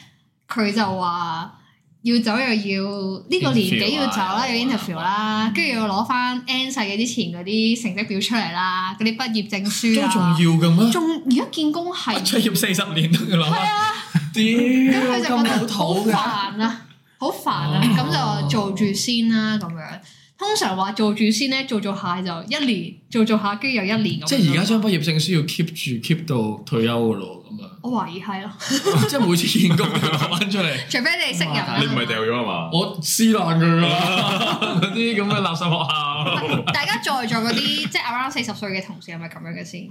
Speaker 1: 佢就話要走又要呢個年紀
Speaker 4: Interview 啊
Speaker 1: 要走啦，要
Speaker 4: 又話
Speaker 1: interview 啦，跟住要攞翻 N 世嘅之前嗰啲成績表出嚟啦，嗰啲畢業證書
Speaker 4: 都仲
Speaker 1: 啦，
Speaker 4: 要嘅咩？
Speaker 1: 啊仲而家見工係
Speaker 4: 出業四十年都要諗
Speaker 1: 係
Speaker 4: 下，
Speaker 1: 啊。
Speaker 4: 屌
Speaker 1: 咁佢就
Speaker 4: 咁
Speaker 1: 覺
Speaker 4: 老
Speaker 1: 得好
Speaker 4: 土
Speaker 1: 煩
Speaker 4: 㗎，
Speaker 1: 啊，好煩啊，
Speaker 4: 哦
Speaker 1: 咁就做住先啦咁樣。通常話做住先咧，做做下就一年，做做下跟住又一年咁樣。
Speaker 4: 即係而家張畢業證書要 keep 住 keep 到退休㗎咯， 咁啊，
Speaker 1: 我懷疑係咯，
Speaker 4: 即係每次見工都攞翻出嚟。
Speaker 1: 除非你識人
Speaker 4: 嗯
Speaker 1: 啦
Speaker 3: 你唔係掉咗啊嘛？
Speaker 4: 我撕爛佢啦！ 嗰啲咁嘅垃圾學校，
Speaker 1: 大家在座嗰啲即係 around 四十歲嘅同事係咪咁樣嘅先？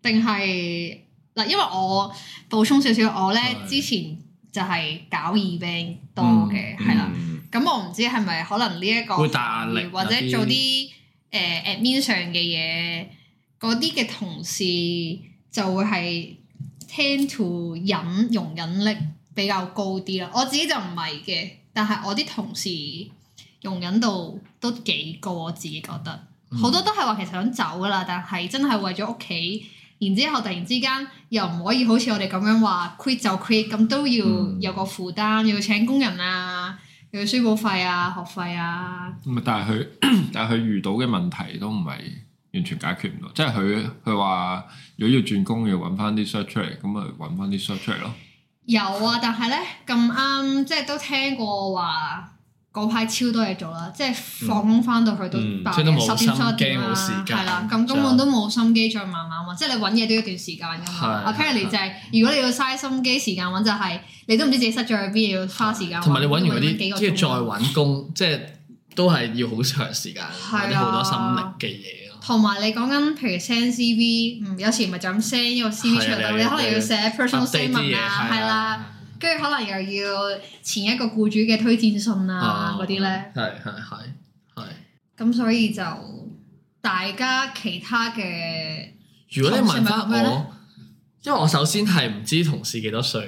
Speaker 1: 定係嗱，因為我補充少少，我咧
Speaker 4: 係
Speaker 1: 之前就就係搞 event 多嘅，係啦。
Speaker 3: 嗯
Speaker 1: 咁我唔知係咪可能呢一個
Speaker 4: 會大壓力
Speaker 1: 或者做啲誒 admin 上嘅嘢，嗰啲嘅同事就會係 tend to 忍容忍力比較高啲啦。我自己就唔係嘅，但係我啲同事容忍度都幾高，我自己覺得好、多都係話其實想走噶啦，但係真係為咗屋企。然之後突然之間又唔可以好似我哋咁樣話 quit 就 quit，咁都要
Speaker 4: 嗯
Speaker 1: 有個負擔，要請工人啊，又要書簿費啊、學費啊，
Speaker 2: 咁啊但係佢 但係佢遇到嘅問題都唔係完全解決唔到，即係佢佢話如果要轉工要揾翻啲 search 出嚟，咁咪揾翻啲 search 出嚟咯。
Speaker 1: 有啊，但係咧咁啱，即係都聽過話嗰排超多嘢做啦，即係放工翻到去都
Speaker 4: 嗯
Speaker 1: 爆
Speaker 4: 即係都冇
Speaker 1: 十點十一點
Speaker 4: 心機冇時
Speaker 1: 啦，
Speaker 4: 間
Speaker 1: 係啦，咁根本都冇心機再慢慢揾，即係你揾嘢都要一段時間㗎嘛。
Speaker 4: 係
Speaker 1: apparently 就係如果你要嘥心機時間揾，就係你都唔知自己失咗去邊，要花時間
Speaker 4: 同埋你揾完嗰
Speaker 1: 幾
Speaker 4: 啲，
Speaker 1: 個
Speaker 4: 即係再
Speaker 1: 鐘
Speaker 4: 揾工，即係都係要好長時間，
Speaker 1: 係啊
Speaker 4: 或者好多心力嘅嘢咯。
Speaker 1: 同埋你講緊，譬如 send CV，嗯，有時唔係就咁 send 一個 CV 出嚟，
Speaker 4: 係啊
Speaker 1: 但
Speaker 4: 你
Speaker 1: 你可能
Speaker 4: 你
Speaker 1: 要寫 personal
Speaker 4: update 啲
Speaker 1: statement
Speaker 4: 嘢
Speaker 1: 啊，係啦。，跟住可能又要前一個僱主嘅推薦信啊
Speaker 4: 啊
Speaker 1: 嗰啲咧，，
Speaker 4: 係係係係。
Speaker 1: 咁所以就大家其他嘅
Speaker 4: 如果你問
Speaker 1: 同
Speaker 4: 翻
Speaker 1: 事咪咁樣咧
Speaker 4: 我，因為我首先係唔知同事幾多歲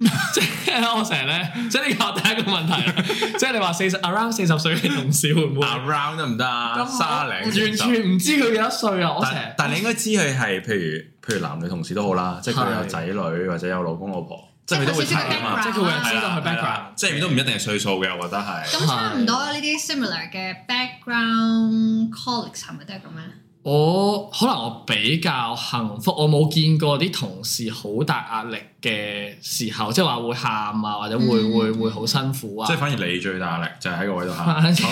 Speaker 4: 嘅， 即係我成日咧，即係呢個我第一個問題啦，即係你話四十 around 四十歲嘅同事會唔會？
Speaker 3: around 得唔得啊？
Speaker 4: 咁我
Speaker 3: 沙零
Speaker 4: 完全唔知佢幾多歲啊！我成
Speaker 3: 但
Speaker 4: 日
Speaker 3: 但你應該知佢係譬如譬如男女同事都好啦，即係佢有
Speaker 4: 係
Speaker 3: 仔女或者有老公老婆，即係佢
Speaker 1: 即係
Speaker 3: 都會
Speaker 1: 佢
Speaker 3: 睇
Speaker 1: 少少
Speaker 3: 啊嘛。
Speaker 4: 即係佢會知道佢
Speaker 3: 係啦
Speaker 4: background，
Speaker 3: 即係都唔一定係歲數嘅，我覺得係。
Speaker 1: 咁差唔多呢啲 similar 嘅 background colleagues 係咪都係咁咧？
Speaker 4: 我可能我比較幸福，我冇見過啲同事好大壓力嘅時候，即係話會喊啊，或者會
Speaker 1: 嗯
Speaker 4: 會會好辛苦啊。
Speaker 3: 即係反而你最大壓力就係喺個 位度喊，
Speaker 4: 反正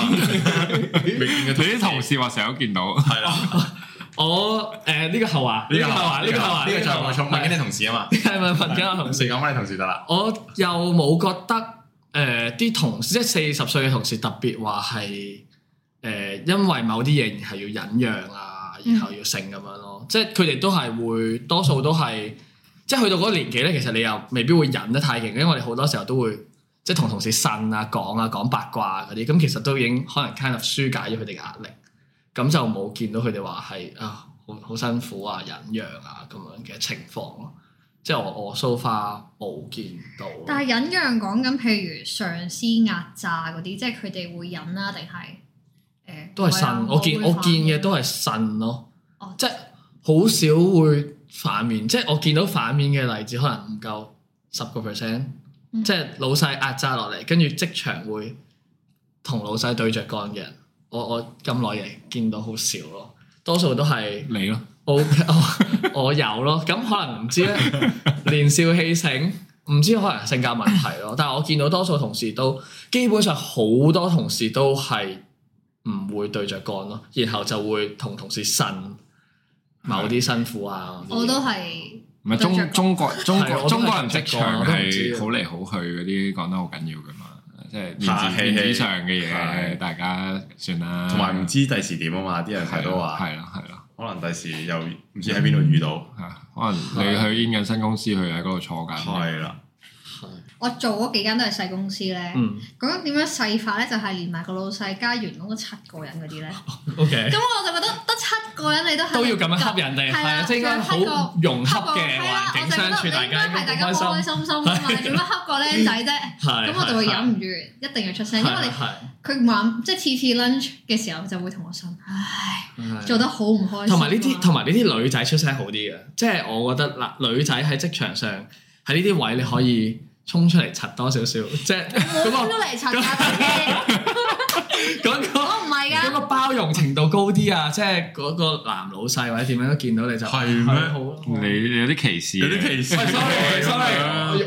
Speaker 3: 未見嘅
Speaker 2: 你啲同事話成日都見到，
Speaker 3: 係啦，
Speaker 4: 我誒呢個後話，呢
Speaker 3: 呢
Speaker 4: 個
Speaker 3: 個
Speaker 4: 後話，呢個後話，
Speaker 3: 呢個就我重問緊
Speaker 4: 係
Speaker 3: 你同事啊嘛，
Speaker 4: 係咪問緊我同
Speaker 3: 同
Speaker 4: 事？
Speaker 3: 事講翻你同事得啦。
Speaker 4: 我又冇覺得呃誒啲、同事，即係四十歲嘅同事特別話係誒，因為某啲嘢然後要忍讓啊，
Speaker 1: 嗯
Speaker 4: 然後要成咁樣咯。即係佢哋都係會多數都係，即係去到嗰個年紀咧，其實你又未必會忍得太勁，因為我哋好多時候都會即係同同事呻啊、講啊、講八卦啊嗰啲，咁其實都已經可能 kind of 舒解咗佢哋嘅壓力，咁就冇見到佢哋話係啊好好辛苦啊、忍讓啊咁樣嘅情況咯。即係我我 so far 冇見到。
Speaker 1: 但係忍讓講緊，譬如上司壓榨嗰啲，即係佢哋會忍啊啦，定係啊誒
Speaker 4: 都係呻，我見我見嘅都係呻咯
Speaker 1: 哦，
Speaker 4: 即係好少會反面，即係我見到反面嘅例子可能唔夠十個 percent，
Speaker 1: 嗯
Speaker 4: 即係老細壓榨落嚟，跟住職場會同老細對着幹嘅人，我我咁耐嚟見到好少咯，多數都係
Speaker 2: 你咯，
Speaker 4: 我 我我有咯，咁可能唔知咧，年少氣盛，唔知可能性格問題咯。但係我見到多數同事都基本上好多同事都係唔會對着幹咯，然後就會同同事呻某啲辛苦啊。
Speaker 1: 我都係
Speaker 2: 唔係
Speaker 1: 對着
Speaker 2: 中中 國中
Speaker 4: 係
Speaker 2: 國
Speaker 4: 我都係
Speaker 2: 中國人
Speaker 4: 對
Speaker 2: 職
Speaker 4: 着過
Speaker 2: 場
Speaker 4: 我都唔知
Speaker 2: 係
Speaker 4: 啊
Speaker 2: 好嚟好去嗰啲講得好緊要噶嘛，即係
Speaker 3: 客
Speaker 2: 面子
Speaker 3: 氣氣
Speaker 2: 面子上嘅嘢，
Speaker 3: 係
Speaker 2: 大家算啦。
Speaker 3: 同埋唔知第時點啊嘛，啲人成日都話，
Speaker 2: 係啦係啦。
Speaker 3: 可能第時又唔知喺邊度遇到，
Speaker 2: 啊可能你去 in 緊新公司，佢喺嗰度坐
Speaker 3: 嗯
Speaker 2: 緊。
Speaker 3: 係啦，
Speaker 1: 我做嗰幾間都係細公司咧。
Speaker 4: 嗯
Speaker 1: 咁樣點樣細法咧？就係、連埋個老細加員工都七個人嗰啲咧。
Speaker 4: ，OK，
Speaker 1: 咁我就覺得得七個人你都係
Speaker 4: 都要咁樣恰人哋，
Speaker 1: 係
Speaker 4: 係
Speaker 1: 啦
Speaker 4: 啊，即係應該
Speaker 1: 仲有
Speaker 4: 好融洽嘅
Speaker 1: 係啦
Speaker 4: 環
Speaker 1: 我就覺
Speaker 4: 境相
Speaker 1: 得
Speaker 4: 處，大家
Speaker 1: 你應該係
Speaker 4: 應
Speaker 1: 大
Speaker 4: 該
Speaker 1: 家
Speaker 4: 開
Speaker 1: 開開
Speaker 4: 心。
Speaker 1: 心心㗎嘛，做乜恰個僆仔啫？
Speaker 4: 係，
Speaker 1: 咁我就會
Speaker 4: 係
Speaker 1: 忍唔住，一定要出聲，因為
Speaker 4: 係
Speaker 1: 你佢晚即係次次 lunch 嘅時候就會同我呻，唉，
Speaker 4: 係係
Speaker 1: 做得好唔開心啊。
Speaker 4: 同埋呢啲，同埋呢啲女仔出聲好啲嘅，即係我覺得嗱，女仔喺職場上喺呢啲位你可以衝出嚟柒多少 少，即係
Speaker 1: 我
Speaker 4: 嗰
Speaker 1: 冇
Speaker 4: 個
Speaker 1: 都嚟柒㗎，
Speaker 4: 嗰個
Speaker 1: 我唔係
Speaker 4: 嗰
Speaker 1: 㗎。
Speaker 4: 個包容程度高啲啊！即係嗰個男老細或者點樣都見到你就
Speaker 3: 係咩
Speaker 4: 係好咯
Speaker 2: 你你有啲歧視啊嘅，
Speaker 3: 有啲歧視。
Speaker 4: 喂
Speaker 3: 咁
Speaker 4: ，sorry sorry，
Speaker 3: 樣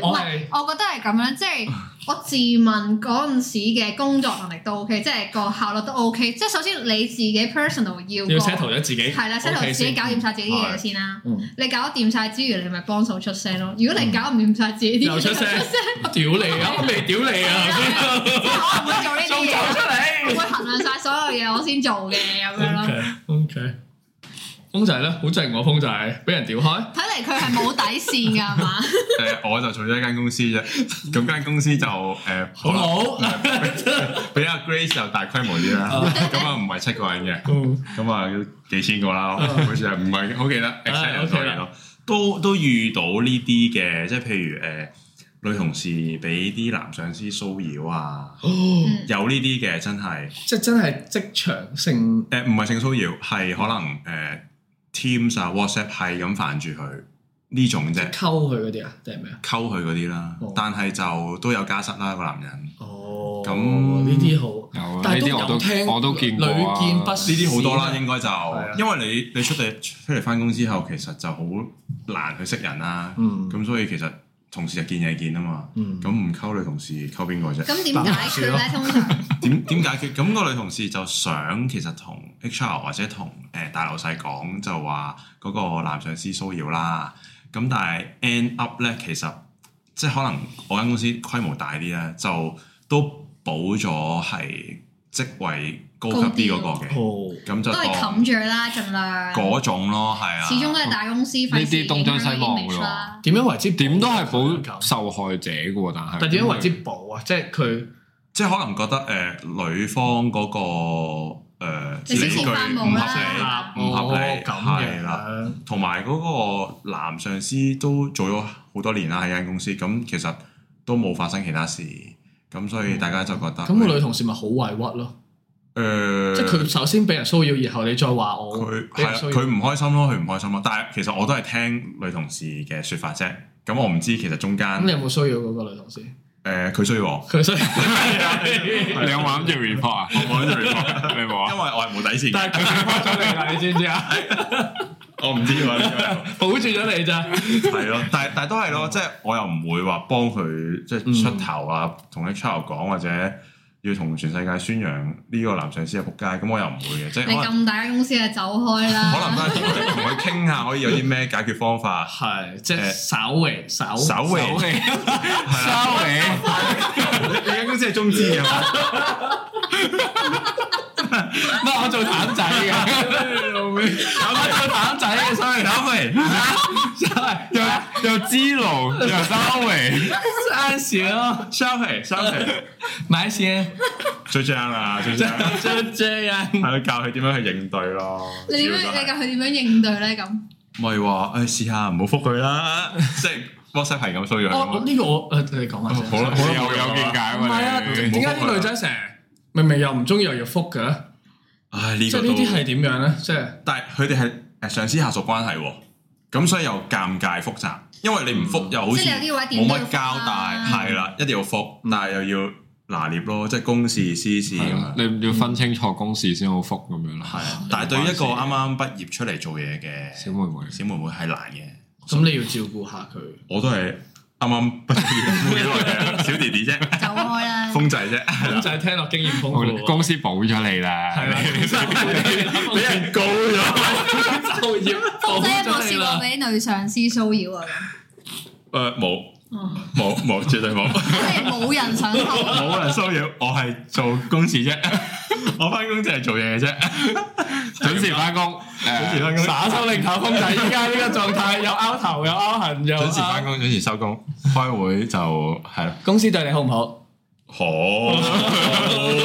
Speaker 1: 唔
Speaker 4: 我
Speaker 1: 係
Speaker 4: 係，
Speaker 1: 我覺得係咁樣，即係我自問嗰陣時嘅工作能力都 OK，即係個效率都 OK。即係首先你自己 personal 要個
Speaker 4: 要 settle 咗自己，
Speaker 1: 係啦 settle 自己搞掂晒自己啲嘢先啦。
Speaker 4: 嗯
Speaker 1: 你搞掂晒之餘，你咪幫手出聲咯。如果你搞唔掂晒自己啲嘢，
Speaker 4: 又出聲
Speaker 1: 就出聲，
Speaker 4: 屌你啊！我未屌你啊！
Speaker 1: 即係我唔會做呢
Speaker 4: 仲
Speaker 1: 啲
Speaker 4: 走
Speaker 1: 嘢，
Speaker 4: 出
Speaker 1: 我啊
Speaker 4: 嚟
Speaker 1: 會衡量晒所有嘢我先做嘅咁樣咯。
Speaker 4: ，OK OK，風仔咧好正喎，風仔俾人屌開。
Speaker 1: 睇嚟佢係冇底線㗎，係嘛？
Speaker 3: 誒，我就做咗一間公司啫，咁間公司就誒
Speaker 4: 好冇，
Speaker 3: 比阿 Grace 就大規模啲 啦，咁啊唔係七個人嘅，咁啊幾千個啦，好似係唔係嗯好記得 exact 數嚟咯，都都遇到呢啲嘅，即係譬如誒、呃女同事俾啲男上司騷擾啊，
Speaker 1: 嗯
Speaker 3: 有呢啲嘅真係
Speaker 4: 即係真係職場性
Speaker 3: 誒唔係性騷擾，係可能誒、呃 Teams 啊 WhatsApp 係咁煩住佢呢種啫
Speaker 4: 溝，佢嗰啲啊，定係咩啊？
Speaker 3: 溝佢嗰啲啦
Speaker 4: 哦，
Speaker 3: 但係就都有家室啦個男人。
Speaker 4: 哦，
Speaker 3: 咁
Speaker 4: 呢啲好，
Speaker 2: 有啊
Speaker 4: 但係
Speaker 2: 呢啲
Speaker 4: 都
Speaker 2: 我
Speaker 4: 有
Speaker 2: 都
Speaker 4: 聽，
Speaker 2: 我都見過啊
Speaker 4: 屢見不鮮
Speaker 3: 呢啲好多啦，應該
Speaker 4: 啊
Speaker 3: 就因為你你出嚟出嚟翻工之後，其實就好難去識人啦。
Speaker 4: 嗯
Speaker 3: 咁所以其實同事就見嘢見啊嘛。
Speaker 4: 嗯
Speaker 3: 咁唔溝女同事溝邊個啫？
Speaker 1: 咁點解決咧？通常
Speaker 3: 點點解決？咁個女同事就想其實同 HR 或者同誒大老細講，就話嗰個男上司騷擾啦。咁但係 end up 咧，其實即係可能我間公司規模大啲咧，就都補咗係職位高級啲嗰個嘅。
Speaker 4: 哦，
Speaker 3: 咁就
Speaker 1: 都係
Speaker 3: 當
Speaker 1: 冚住啦，盡量。
Speaker 3: 嗰種咯，係啊，
Speaker 1: 始終都係大公司，
Speaker 2: 呢啲東張西望㗎喎
Speaker 1: 㗎啦。
Speaker 4: 點樣為之
Speaker 2: 點都係
Speaker 4: 保啊
Speaker 2: 保？受害者嘅喎，但係
Speaker 4: 但點樣為之保啊？即係佢
Speaker 3: 即係可能覺得誒、呃女方嗰、個、呃、
Speaker 1: 你先
Speaker 3: 理據
Speaker 1: 先發
Speaker 3: 唔
Speaker 1: 夢
Speaker 3: 合
Speaker 1: 啦
Speaker 3: 理，唔合理，
Speaker 4: 哦咁
Speaker 3: 係啦。
Speaker 4: 樣。
Speaker 3: 同埋嗰個男上司都做咗好多年啦喺間公司，咁其實都冇發生其他事，咁所以
Speaker 1: 嗯
Speaker 3: 大家就覺得
Speaker 4: 咁個女同事咪好委屈咯，
Speaker 3: 誒，
Speaker 4: 即係佢首先俾人騷擾，然後你再話我
Speaker 3: 佢
Speaker 4: 俾
Speaker 3: 係
Speaker 4: 人
Speaker 3: 啊
Speaker 4: 騷
Speaker 3: 佢
Speaker 4: 擾，
Speaker 3: 唔開心咯，佢唔開心咯。但係其實我都係聽女同事嘅説法啫，咁我唔知其實中間
Speaker 4: 咁你有冇騷擾嗰個女同事？
Speaker 3: 誒佢需要我，
Speaker 4: 佢所以，
Speaker 2: 你有冇諗住 report 啊？我冇諗住 report，你 冇啊？
Speaker 3: 因為我係冇底線嘅，
Speaker 4: 但係佢開咗你啦，你知唔知啊？
Speaker 3: 我唔知喎呢個又。
Speaker 4: 保住咗你咋？
Speaker 3: 係咯，但係但係都係咯，即係我又唔會話幫佢即係出頭啊，同 HR 講或者要同全世界宣揚呢個男上司係仆街，咁我又唔會嘅，即係
Speaker 1: 你
Speaker 3: 可能
Speaker 1: 咁大間公司就走開啦。
Speaker 3: 可能都係同佢傾下，可以有啲咩解決方法，
Speaker 4: 係即
Speaker 3: 誒
Speaker 4: 係稍微稍
Speaker 3: 稍微
Speaker 2: 手氣，
Speaker 3: 啦
Speaker 2: 收你。
Speaker 3: 你你間公司係中資嘅嘛，
Speaker 4: 乜我做淡仔嘅，我做淡仔嘅，所以
Speaker 3: 稍微
Speaker 2: 又又支路又收尾，
Speaker 4: 三少咯，
Speaker 3: 稍微稍微，
Speaker 4: 買先，
Speaker 3: 最正啦，最正，
Speaker 4: 就這樣。
Speaker 3: 係咯，教佢點樣去應對咯。
Speaker 1: 你點
Speaker 3: 主要
Speaker 1: 樣？
Speaker 3: 都係
Speaker 1: 你教佢點樣應對咧？咁
Speaker 3: 咪話誒試下唔好覆佢啦，即係 WhatsApp 係咁騷擾佢
Speaker 4: 我
Speaker 3: 啊
Speaker 4: 我
Speaker 3: 嘛。
Speaker 4: 呢個我誒你講埋先。
Speaker 3: 好啦
Speaker 2: 你又有見解
Speaker 4: 唔係啊，
Speaker 2: 喎
Speaker 4: 點
Speaker 2: 你。
Speaker 4: 解啲女仔成日明明又唔中意又要覆嘅？
Speaker 3: 唉，呢
Speaker 4: 即
Speaker 3: 個
Speaker 4: 係呢啲
Speaker 3: 都
Speaker 4: 係點樣咧？即係
Speaker 3: 但係佢哋係誒上司下屬關係喎，咁所以又尷尬複雜，因為你唔覆又好
Speaker 1: 嗯
Speaker 3: 似
Speaker 1: 即係有啲位
Speaker 3: 冇
Speaker 1: 點都
Speaker 3: 乜
Speaker 1: 要
Speaker 3: 交
Speaker 1: 覆啊啦
Speaker 3: 代，係啦，一定要覆，但係又要拿捏咯，即係公事私事咁樣。
Speaker 2: 你要分清楚公事先好覆咁樣啦。
Speaker 3: 係啊，但係對於一個啱啱畢業出嚟做嘢嘅
Speaker 2: 小妹妹，
Speaker 3: 小妹妹係難嘅，
Speaker 4: 咁你要照顧下佢。
Speaker 3: 我都係啱啱畢業冇幾耐嘅小弟 弟啫，
Speaker 1: 走開 啦。
Speaker 3: 風仔啫，係
Speaker 4: 咁
Speaker 3: 啦，
Speaker 4: 就係聽落經驗豐富
Speaker 2: 我
Speaker 4: 喎。
Speaker 2: 公司補咗你啦。
Speaker 4: 係啦，
Speaker 3: 俾人告咗。
Speaker 4: 就業
Speaker 1: 即係有
Speaker 4: 保
Speaker 1: 冇
Speaker 4: 咗你
Speaker 1: 試過
Speaker 4: 啦。
Speaker 1: 俾女上司騷擾啊？咁
Speaker 3: 誒冇
Speaker 1: 哦
Speaker 3: 冇冇，絕對冇。
Speaker 1: 即係冇人想溝，
Speaker 3: 冇人騷擾，我係做公事啫，我翻工就係做嘢啫，
Speaker 2: 準時翻工，
Speaker 3: 準時
Speaker 2: 誒
Speaker 3: 翻工，
Speaker 4: 耍手令頭風仔，依家呢個狀態又拗頭又拗痕又
Speaker 3: 準時
Speaker 4: 拗
Speaker 3: 翻工，準時收工，開會就係啦。
Speaker 4: 公司對你好唔好？
Speaker 3: 好，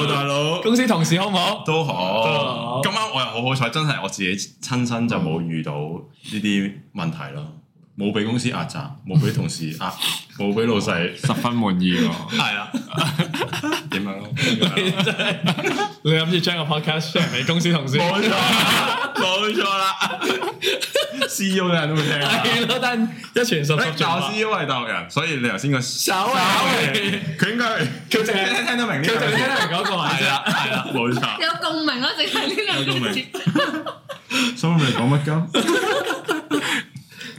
Speaker 3: 大佬
Speaker 4: 公司同事好唔好？
Speaker 3: 都
Speaker 4: 好
Speaker 3: 好。咁啱我又好好彩，真係我自己親身就冇遇到呢啲問題咯，冇俾公司壓榨，冇俾同事 壓，冇俾老細。
Speaker 2: 十分滿意喎。
Speaker 3: 係啊啦，點樣咯？
Speaker 4: 你諗住將個 podcast share 俾公司同事？
Speaker 3: 冇錯，冇錯啦。CEO 嘅人都會聽啊。
Speaker 4: 係咯，但一傳十十
Speaker 3: 誒
Speaker 4: 傳
Speaker 3: 但我啊
Speaker 4: 百。
Speaker 3: CEO 係大陸人，所以你頭先個
Speaker 4: 手啊！
Speaker 3: 佢應該
Speaker 4: 佢淨係
Speaker 3: 聽聽得明呢
Speaker 4: 佢
Speaker 3: 個
Speaker 4: 就聽人嗰個係
Speaker 3: 係啦
Speaker 4: 啦，
Speaker 3: 係啦，冇錯。
Speaker 1: 有共鳴咯，淨係呢兩
Speaker 3: 有
Speaker 1: 個
Speaker 3: 共
Speaker 1: 字
Speaker 3: 鳴。所以咪講乜鳩？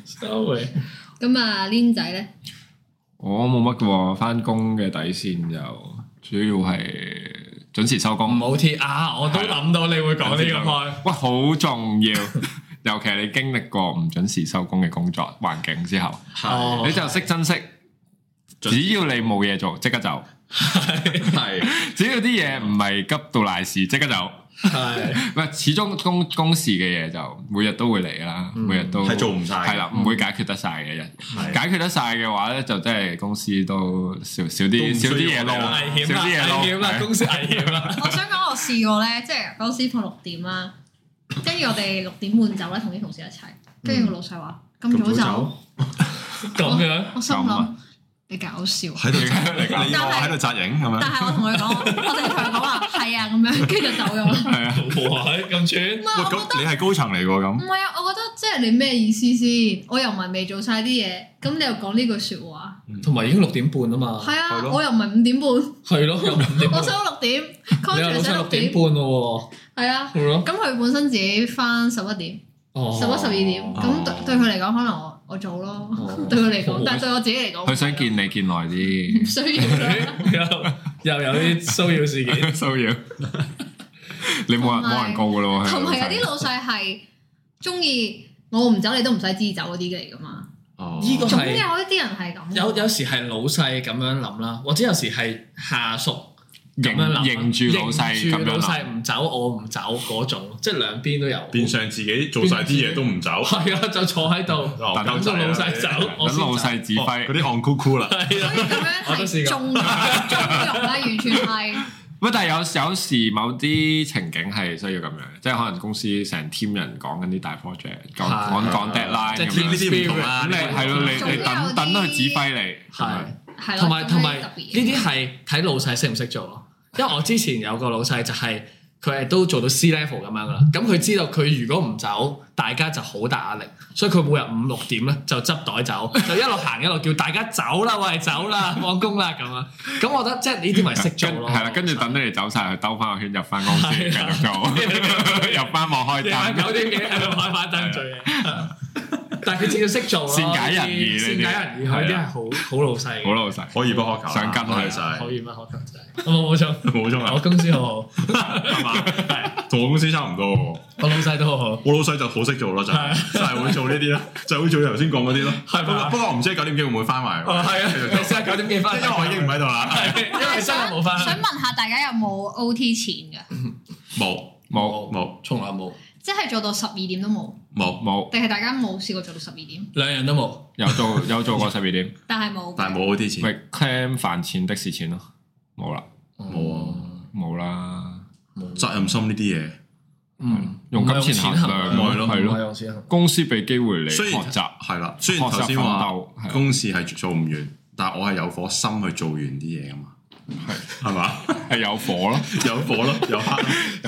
Speaker 4: sorry，
Speaker 1: 咁啊，Lin 仔咧，
Speaker 2: 我冇乜嘅喎，翻工嘅底線就主要係準時收
Speaker 4: 唔
Speaker 2: 工。
Speaker 4: 好貼啊！我都諗到你會講呢個開。
Speaker 2: 喂，好重要， 尤其係你經歷過唔準時收工嘅工作環境之後，
Speaker 4: 哦
Speaker 2: 你就識珍惜。只要你冇嘢做，即刻走。係只要啲嘢唔係急到賴事，即刻走。
Speaker 4: 係
Speaker 2: 唔係，始終公公事嘅嘢就每日都會嚟㗎啦，每日都
Speaker 3: 係做唔晒嘅
Speaker 2: 係啦，唔會解決得晒嘅人。
Speaker 3: 係
Speaker 2: 解決得晒嘅話咧，就真係公司都少少
Speaker 3: 都唔
Speaker 2: 啲
Speaker 3: 需
Speaker 2: 少
Speaker 3: 要
Speaker 2: 啲嘢
Speaker 3: 我哋啦
Speaker 2: 撈，
Speaker 4: 危險
Speaker 2: 少
Speaker 4: 啦，
Speaker 2: 啲嘢撈。
Speaker 4: 危險啦，
Speaker 2: 係
Speaker 4: 公司危險 啦。
Speaker 1: 我想講，我試過咧，即係嗰時放六點啦，跟住我哋六點半走咧，同啲同事一齊，跟住個老細話咁早走，
Speaker 4: 咁樣
Speaker 1: 我心
Speaker 2: 咁
Speaker 1: 諗
Speaker 2: 啊
Speaker 1: 你搞笑。
Speaker 3: 喺度嚟㗎，你
Speaker 1: 但係
Speaker 3: 我喺度扎影咁
Speaker 1: 但
Speaker 3: 樣，
Speaker 1: 係我同佢講， 我哋同佢講話係啊咁樣，跟住就走咗啦。
Speaker 2: 係啊，
Speaker 4: 哇！咁
Speaker 1: 唔
Speaker 4: 串，
Speaker 1: 係
Speaker 3: 哇
Speaker 1: 我覺
Speaker 3: 咁
Speaker 1: 得
Speaker 3: 你係高層嚟喎
Speaker 1: 唔
Speaker 3: 咁，
Speaker 1: 係啊，我覺得即係你咩意思先？我又唔係未做晒啲嘢，咁你又講呢句説話，
Speaker 4: 同埋已經六點半啊嘛，
Speaker 1: 係
Speaker 3: 係
Speaker 1: 啊，
Speaker 3: 咯
Speaker 1: 我又唔係五點半，
Speaker 4: 係咯，又五點半
Speaker 1: 我，想六點
Speaker 4: 你又老
Speaker 1: ，contract
Speaker 4: 細
Speaker 1: 想
Speaker 4: 六
Speaker 1: 六
Speaker 4: 點
Speaker 1: 點，
Speaker 4: 半咯
Speaker 1: 係啊
Speaker 4: 喎，。係咯，
Speaker 1: 咁佢本身自己翻十一點、
Speaker 4: 哦
Speaker 1: 十一、十二點，咁對對佢嚟講可能我我早咯
Speaker 4: 哦，
Speaker 1: 對佢嚟 講，但係對我自己嚟講，
Speaker 2: 佢想見你見耐
Speaker 1: 唔
Speaker 2: 啲，
Speaker 1: 需要 啦。
Speaker 4: 又又有啲騷擾事件，
Speaker 2: 騷擾。你冇人冇人告㗎咯喎，
Speaker 1: 同埋
Speaker 2: 佢
Speaker 1: 有啲老細係中意我唔走，你都唔使知走嗰啲嚟噶嘛。
Speaker 3: 哦
Speaker 4: 依個
Speaker 1: 總有
Speaker 4: 係
Speaker 1: 一啲人係咁。
Speaker 4: 有有時係老細咁樣諗啦，或者有時係下屬咁樣諗啦，
Speaker 2: 認認住老細
Speaker 4: 認
Speaker 2: 咁
Speaker 4: 住老
Speaker 2: 樣啦。
Speaker 4: 細唔走我唔走嗰種，即係兩邊都有。
Speaker 3: 變相自己哦做晒啲嘢都唔走，
Speaker 4: 係啊，就坐喺度
Speaker 3: 哦
Speaker 4: 等
Speaker 3: 咁
Speaker 4: 到
Speaker 3: 就哦
Speaker 4: 老細走，我
Speaker 2: 等
Speaker 4: 先
Speaker 2: 老
Speaker 4: 走。
Speaker 2: 細指
Speaker 3: 嗰
Speaker 2: 揮。
Speaker 3: 啲 on cool cool 啦，
Speaker 4: 係
Speaker 1: 所以
Speaker 4: 啊，
Speaker 1: 咁樣
Speaker 4: 我都試
Speaker 1: 係
Speaker 4: 過
Speaker 1: 縱容，縱容啦，完全係。
Speaker 2: 喂，但係有有時某啲情景係需要咁樣，即係可能公司成 team 人講緊啲大 project，講
Speaker 4: 係
Speaker 2: 講講 deadline
Speaker 4: 即
Speaker 2: 咁
Speaker 4: 係
Speaker 2: 樣。
Speaker 3: 呢啲唔同啦
Speaker 2: 咁
Speaker 4: 啊
Speaker 2: 你係咯，你你等等佢指揮你。
Speaker 4: 係。
Speaker 1: 係啦，
Speaker 4: 同
Speaker 1: 咁
Speaker 4: 埋
Speaker 1: 樣
Speaker 4: 同埋呢
Speaker 1: 特別嘢
Speaker 4: 啲係睇老細識唔識做咯。因為我之前有個老細就係佢係都做到 C level 咁樣噶啦，咁佢知道佢如果唔走，大家就好大壓力，所以佢每日五六點咧就執 袋走，就一路行一路叫大家走啦，喂走啦，放工啦咁啊。咁我覺得即係呢啲咪識做
Speaker 2: 跟
Speaker 4: 咯。
Speaker 2: 係啦，跟住等你哋走晒，佢兜翻個圈入翻公司繼
Speaker 4: 係啊
Speaker 2: 續 做，入翻幕開
Speaker 4: 夜晚九
Speaker 2: 燈。
Speaker 4: 點幾喺度開翻燈醉嘅。但係佢至少識做咯，
Speaker 2: 啊善解人意呢
Speaker 4: 善
Speaker 2: 啲
Speaker 4: 解人意，佢啲係好好老細嘅，啊
Speaker 2: 好老實，
Speaker 3: 可遇不可求啦，
Speaker 2: 想跟
Speaker 3: 開
Speaker 2: 佢
Speaker 3: 晒，
Speaker 4: 可以乜可能真係冇冇錯，
Speaker 3: 冇 錯
Speaker 4: 我
Speaker 3: 啊，
Speaker 4: 哦公司好好，
Speaker 3: 係嘛，同我公司差唔多喎。
Speaker 4: 我老細都好好。
Speaker 3: 我老細就好識做咯，就係就係會做呢啲啦，就係會做你頭先講嗰啲咯。
Speaker 4: 係嘛
Speaker 3: 不過不過我唔知九點幾會唔會翻埋，
Speaker 4: 哦，係啊，
Speaker 3: 繼續
Speaker 4: 你試下九點幾
Speaker 3: 做
Speaker 4: 翻，
Speaker 3: 因為我已經唔喺度啦。
Speaker 4: 係，因為真係冇翻，
Speaker 1: 想問下大家有冇 OT 錢嘅？
Speaker 3: 冇
Speaker 2: 冇
Speaker 3: 冇
Speaker 4: 從來冇，
Speaker 1: 即係做到十二點都冇，
Speaker 3: 冇，
Speaker 2: 冇
Speaker 1: 定係大家冇試過做到十二點，
Speaker 4: 兩樣都冇，
Speaker 2: 有做有做過十二點，
Speaker 1: 但係冇。
Speaker 3: 但係冇嗰啲
Speaker 2: 咪
Speaker 3: 錢，
Speaker 2: claim 飯錢的士錢咯，冇啦
Speaker 3: 冇啊，
Speaker 2: 冇啦，
Speaker 4: 嗯冇，
Speaker 3: 責任心呢啲
Speaker 4: 嗯，
Speaker 2: 用金錢衡
Speaker 3: 唔
Speaker 2: 量
Speaker 3: 係咯
Speaker 2: 係
Speaker 4: 係咯，
Speaker 2: 咯，
Speaker 4: 用錢衡
Speaker 2: 公司俾機會你
Speaker 3: 嘢，
Speaker 2: 學
Speaker 3: 雖然
Speaker 2: 習。
Speaker 3: 係啦，雖然頭先話
Speaker 2: 學習奮鬥係
Speaker 3: 公事係啊做唔完，但係我係有顆心去做完啲嘢噶嘛，係嘛，
Speaker 2: 係有火咯，
Speaker 3: 有火咯，有黑，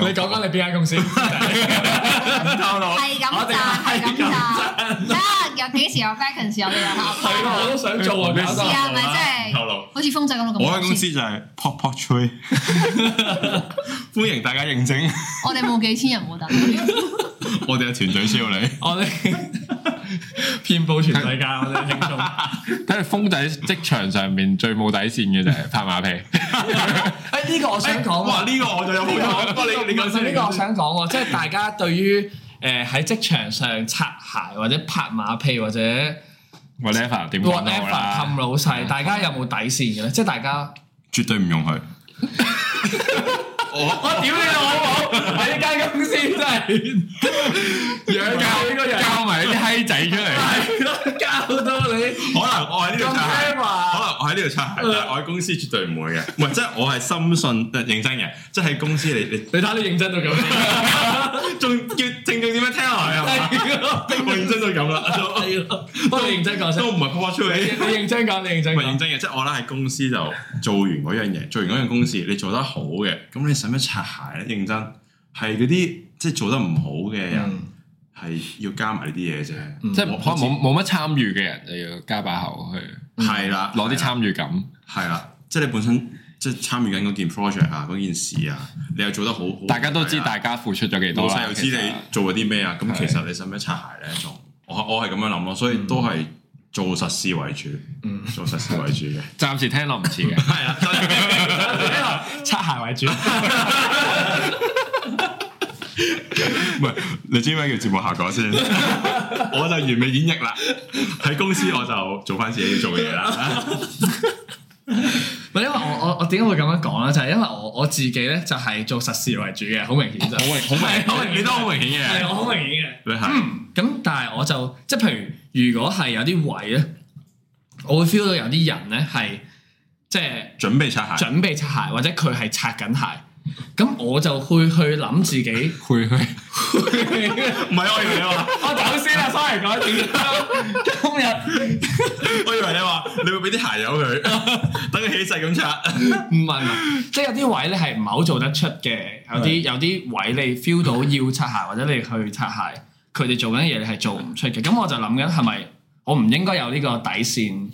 Speaker 4: 你講緊你邊間公司？
Speaker 3: 偷到
Speaker 1: 係咁
Speaker 4: 我哋
Speaker 1: 賺，係
Speaker 4: 係
Speaker 1: 咁賺，得有幾時有啊 vacancy 我哋又合，
Speaker 4: 係咯，我都想做啊，搞
Speaker 1: 試
Speaker 4: 到
Speaker 1: 下咪即係
Speaker 3: 透露。
Speaker 1: 好似風仔咁咁。
Speaker 3: 我間公司就係撲撲 吹，歡迎大家認證，
Speaker 1: 我哋冇幾千人冇得。
Speaker 3: 我哋嘅團隊需要你。
Speaker 4: 我哋遍佈全世界，我哋聽 眾。
Speaker 2: 睇嚟風仔職場上面最冇底線嘅就 係拍馬屁，
Speaker 4: 誒哎呢個我想講
Speaker 3: 哇！
Speaker 4: 喎，
Speaker 3: 呢個我就有好
Speaker 4: 呢
Speaker 3: 感。
Speaker 4: 個
Speaker 3: 哎哇！你你講先，
Speaker 4: 呢個我想講喎，即係大家對於誒喺職場上擦鞋或者拍馬屁或者
Speaker 2: whatever 點講都好
Speaker 4: whatever
Speaker 2: 啦
Speaker 4: 氹。老細，大家有冇底線嘅咧？即係大家。
Speaker 3: 絕對唔容 許。
Speaker 4: 我屌你老母！你間公司真 係養教呢個人，
Speaker 2: 交埋啲閪仔出 嚟，
Speaker 4: 係咯，教到你
Speaker 3: 可能我喺呢度
Speaker 4: 咁
Speaker 3: 擦鞋，
Speaker 4: 聽
Speaker 3: 可
Speaker 4: 話。
Speaker 3: 能我喺呢度擦鞋，但係我喺公司絕對唔會嘅。 唔係，即係我係深信呃認真嘅，即係喺公司你你
Speaker 4: 你睇你認真到咁樣，
Speaker 3: 仲叫正正點樣聽落去係嘛？
Speaker 4: 係咯
Speaker 3: 我認真到咁啦，
Speaker 4: 係咯，我認真講先
Speaker 3: 都，唔係撲撲
Speaker 4: 你
Speaker 3: 吹。
Speaker 4: 你認真講，你認真
Speaker 3: 唔係認
Speaker 4: 講，
Speaker 3: 真嘅，即係我咧喺公司就做完嗰樣嘢，做完嗰樣公事，你做得好嘅，咁你使乜擦鞋咧？認真係嗰啲即係做得唔好嘅人，係要加埋呢啲嘢啫。
Speaker 2: 嗯即係可能冇冇乜參與嘅人就要加把口去
Speaker 3: 係啦，
Speaker 2: 攞啲
Speaker 3: 係啦
Speaker 2: 參與感。
Speaker 3: 係啦，即係你本身即係參與緊嗰件 project 啊，嗰件事啊，你又做得好好，
Speaker 2: 大家都知
Speaker 3: 係啊
Speaker 2: 大家付出咗幾多
Speaker 3: 老
Speaker 2: 啦，
Speaker 3: 細又知
Speaker 2: 其實
Speaker 3: 你做過啲咩啊，咁
Speaker 2: 係嗯
Speaker 3: 其實你使唔使擦鞋咧？仲我我係咁樣諗咯，所以都係做實事為主，
Speaker 4: 嗯
Speaker 3: 做實事為主嘅，
Speaker 2: 暫時聽落唔似嘅，
Speaker 3: 係啊，真係
Speaker 4: 擦鞋為主，
Speaker 3: 唔係，你知咩叫節目效果 先？我就完美演繹啦。 喺公司我就做翻自己要做嘅嘢啦。
Speaker 4: 唔係因為我我我點解會咁樣講咧？就係因為我我自己咧就係做實事為主嘅，好明顯就
Speaker 2: 好明好明
Speaker 4: 係好
Speaker 2: 啊
Speaker 4: 明顯
Speaker 2: 你都好明顯嘅
Speaker 3: 啊
Speaker 4: 係我好明顯嘅。
Speaker 3: 你係
Speaker 4: 嗯，咁但係我就即係譬如，如果係有啲位咧，我會 feel 到有啲人咧係即係
Speaker 3: 準備擦鞋，
Speaker 4: 準備擦鞋，或者佢係擦緊鞋，咁我就會去諗自己。
Speaker 2: 配佢
Speaker 3: 唔係我以為你話，
Speaker 4: 我走先啦，sorry，講點 今日
Speaker 3: 我以為你話你會俾啲鞋油 佢，等佢起勢咁擦。
Speaker 4: 唔係唔係，即係有啲位咧係唔係好做得出嘅，有啲有啲位你 feel 到要擦鞋或者你去擦鞋，佢哋做緊嘅嘢你係做唔出嘅。咁我就諗緊係咪我唔應該有呢個底線，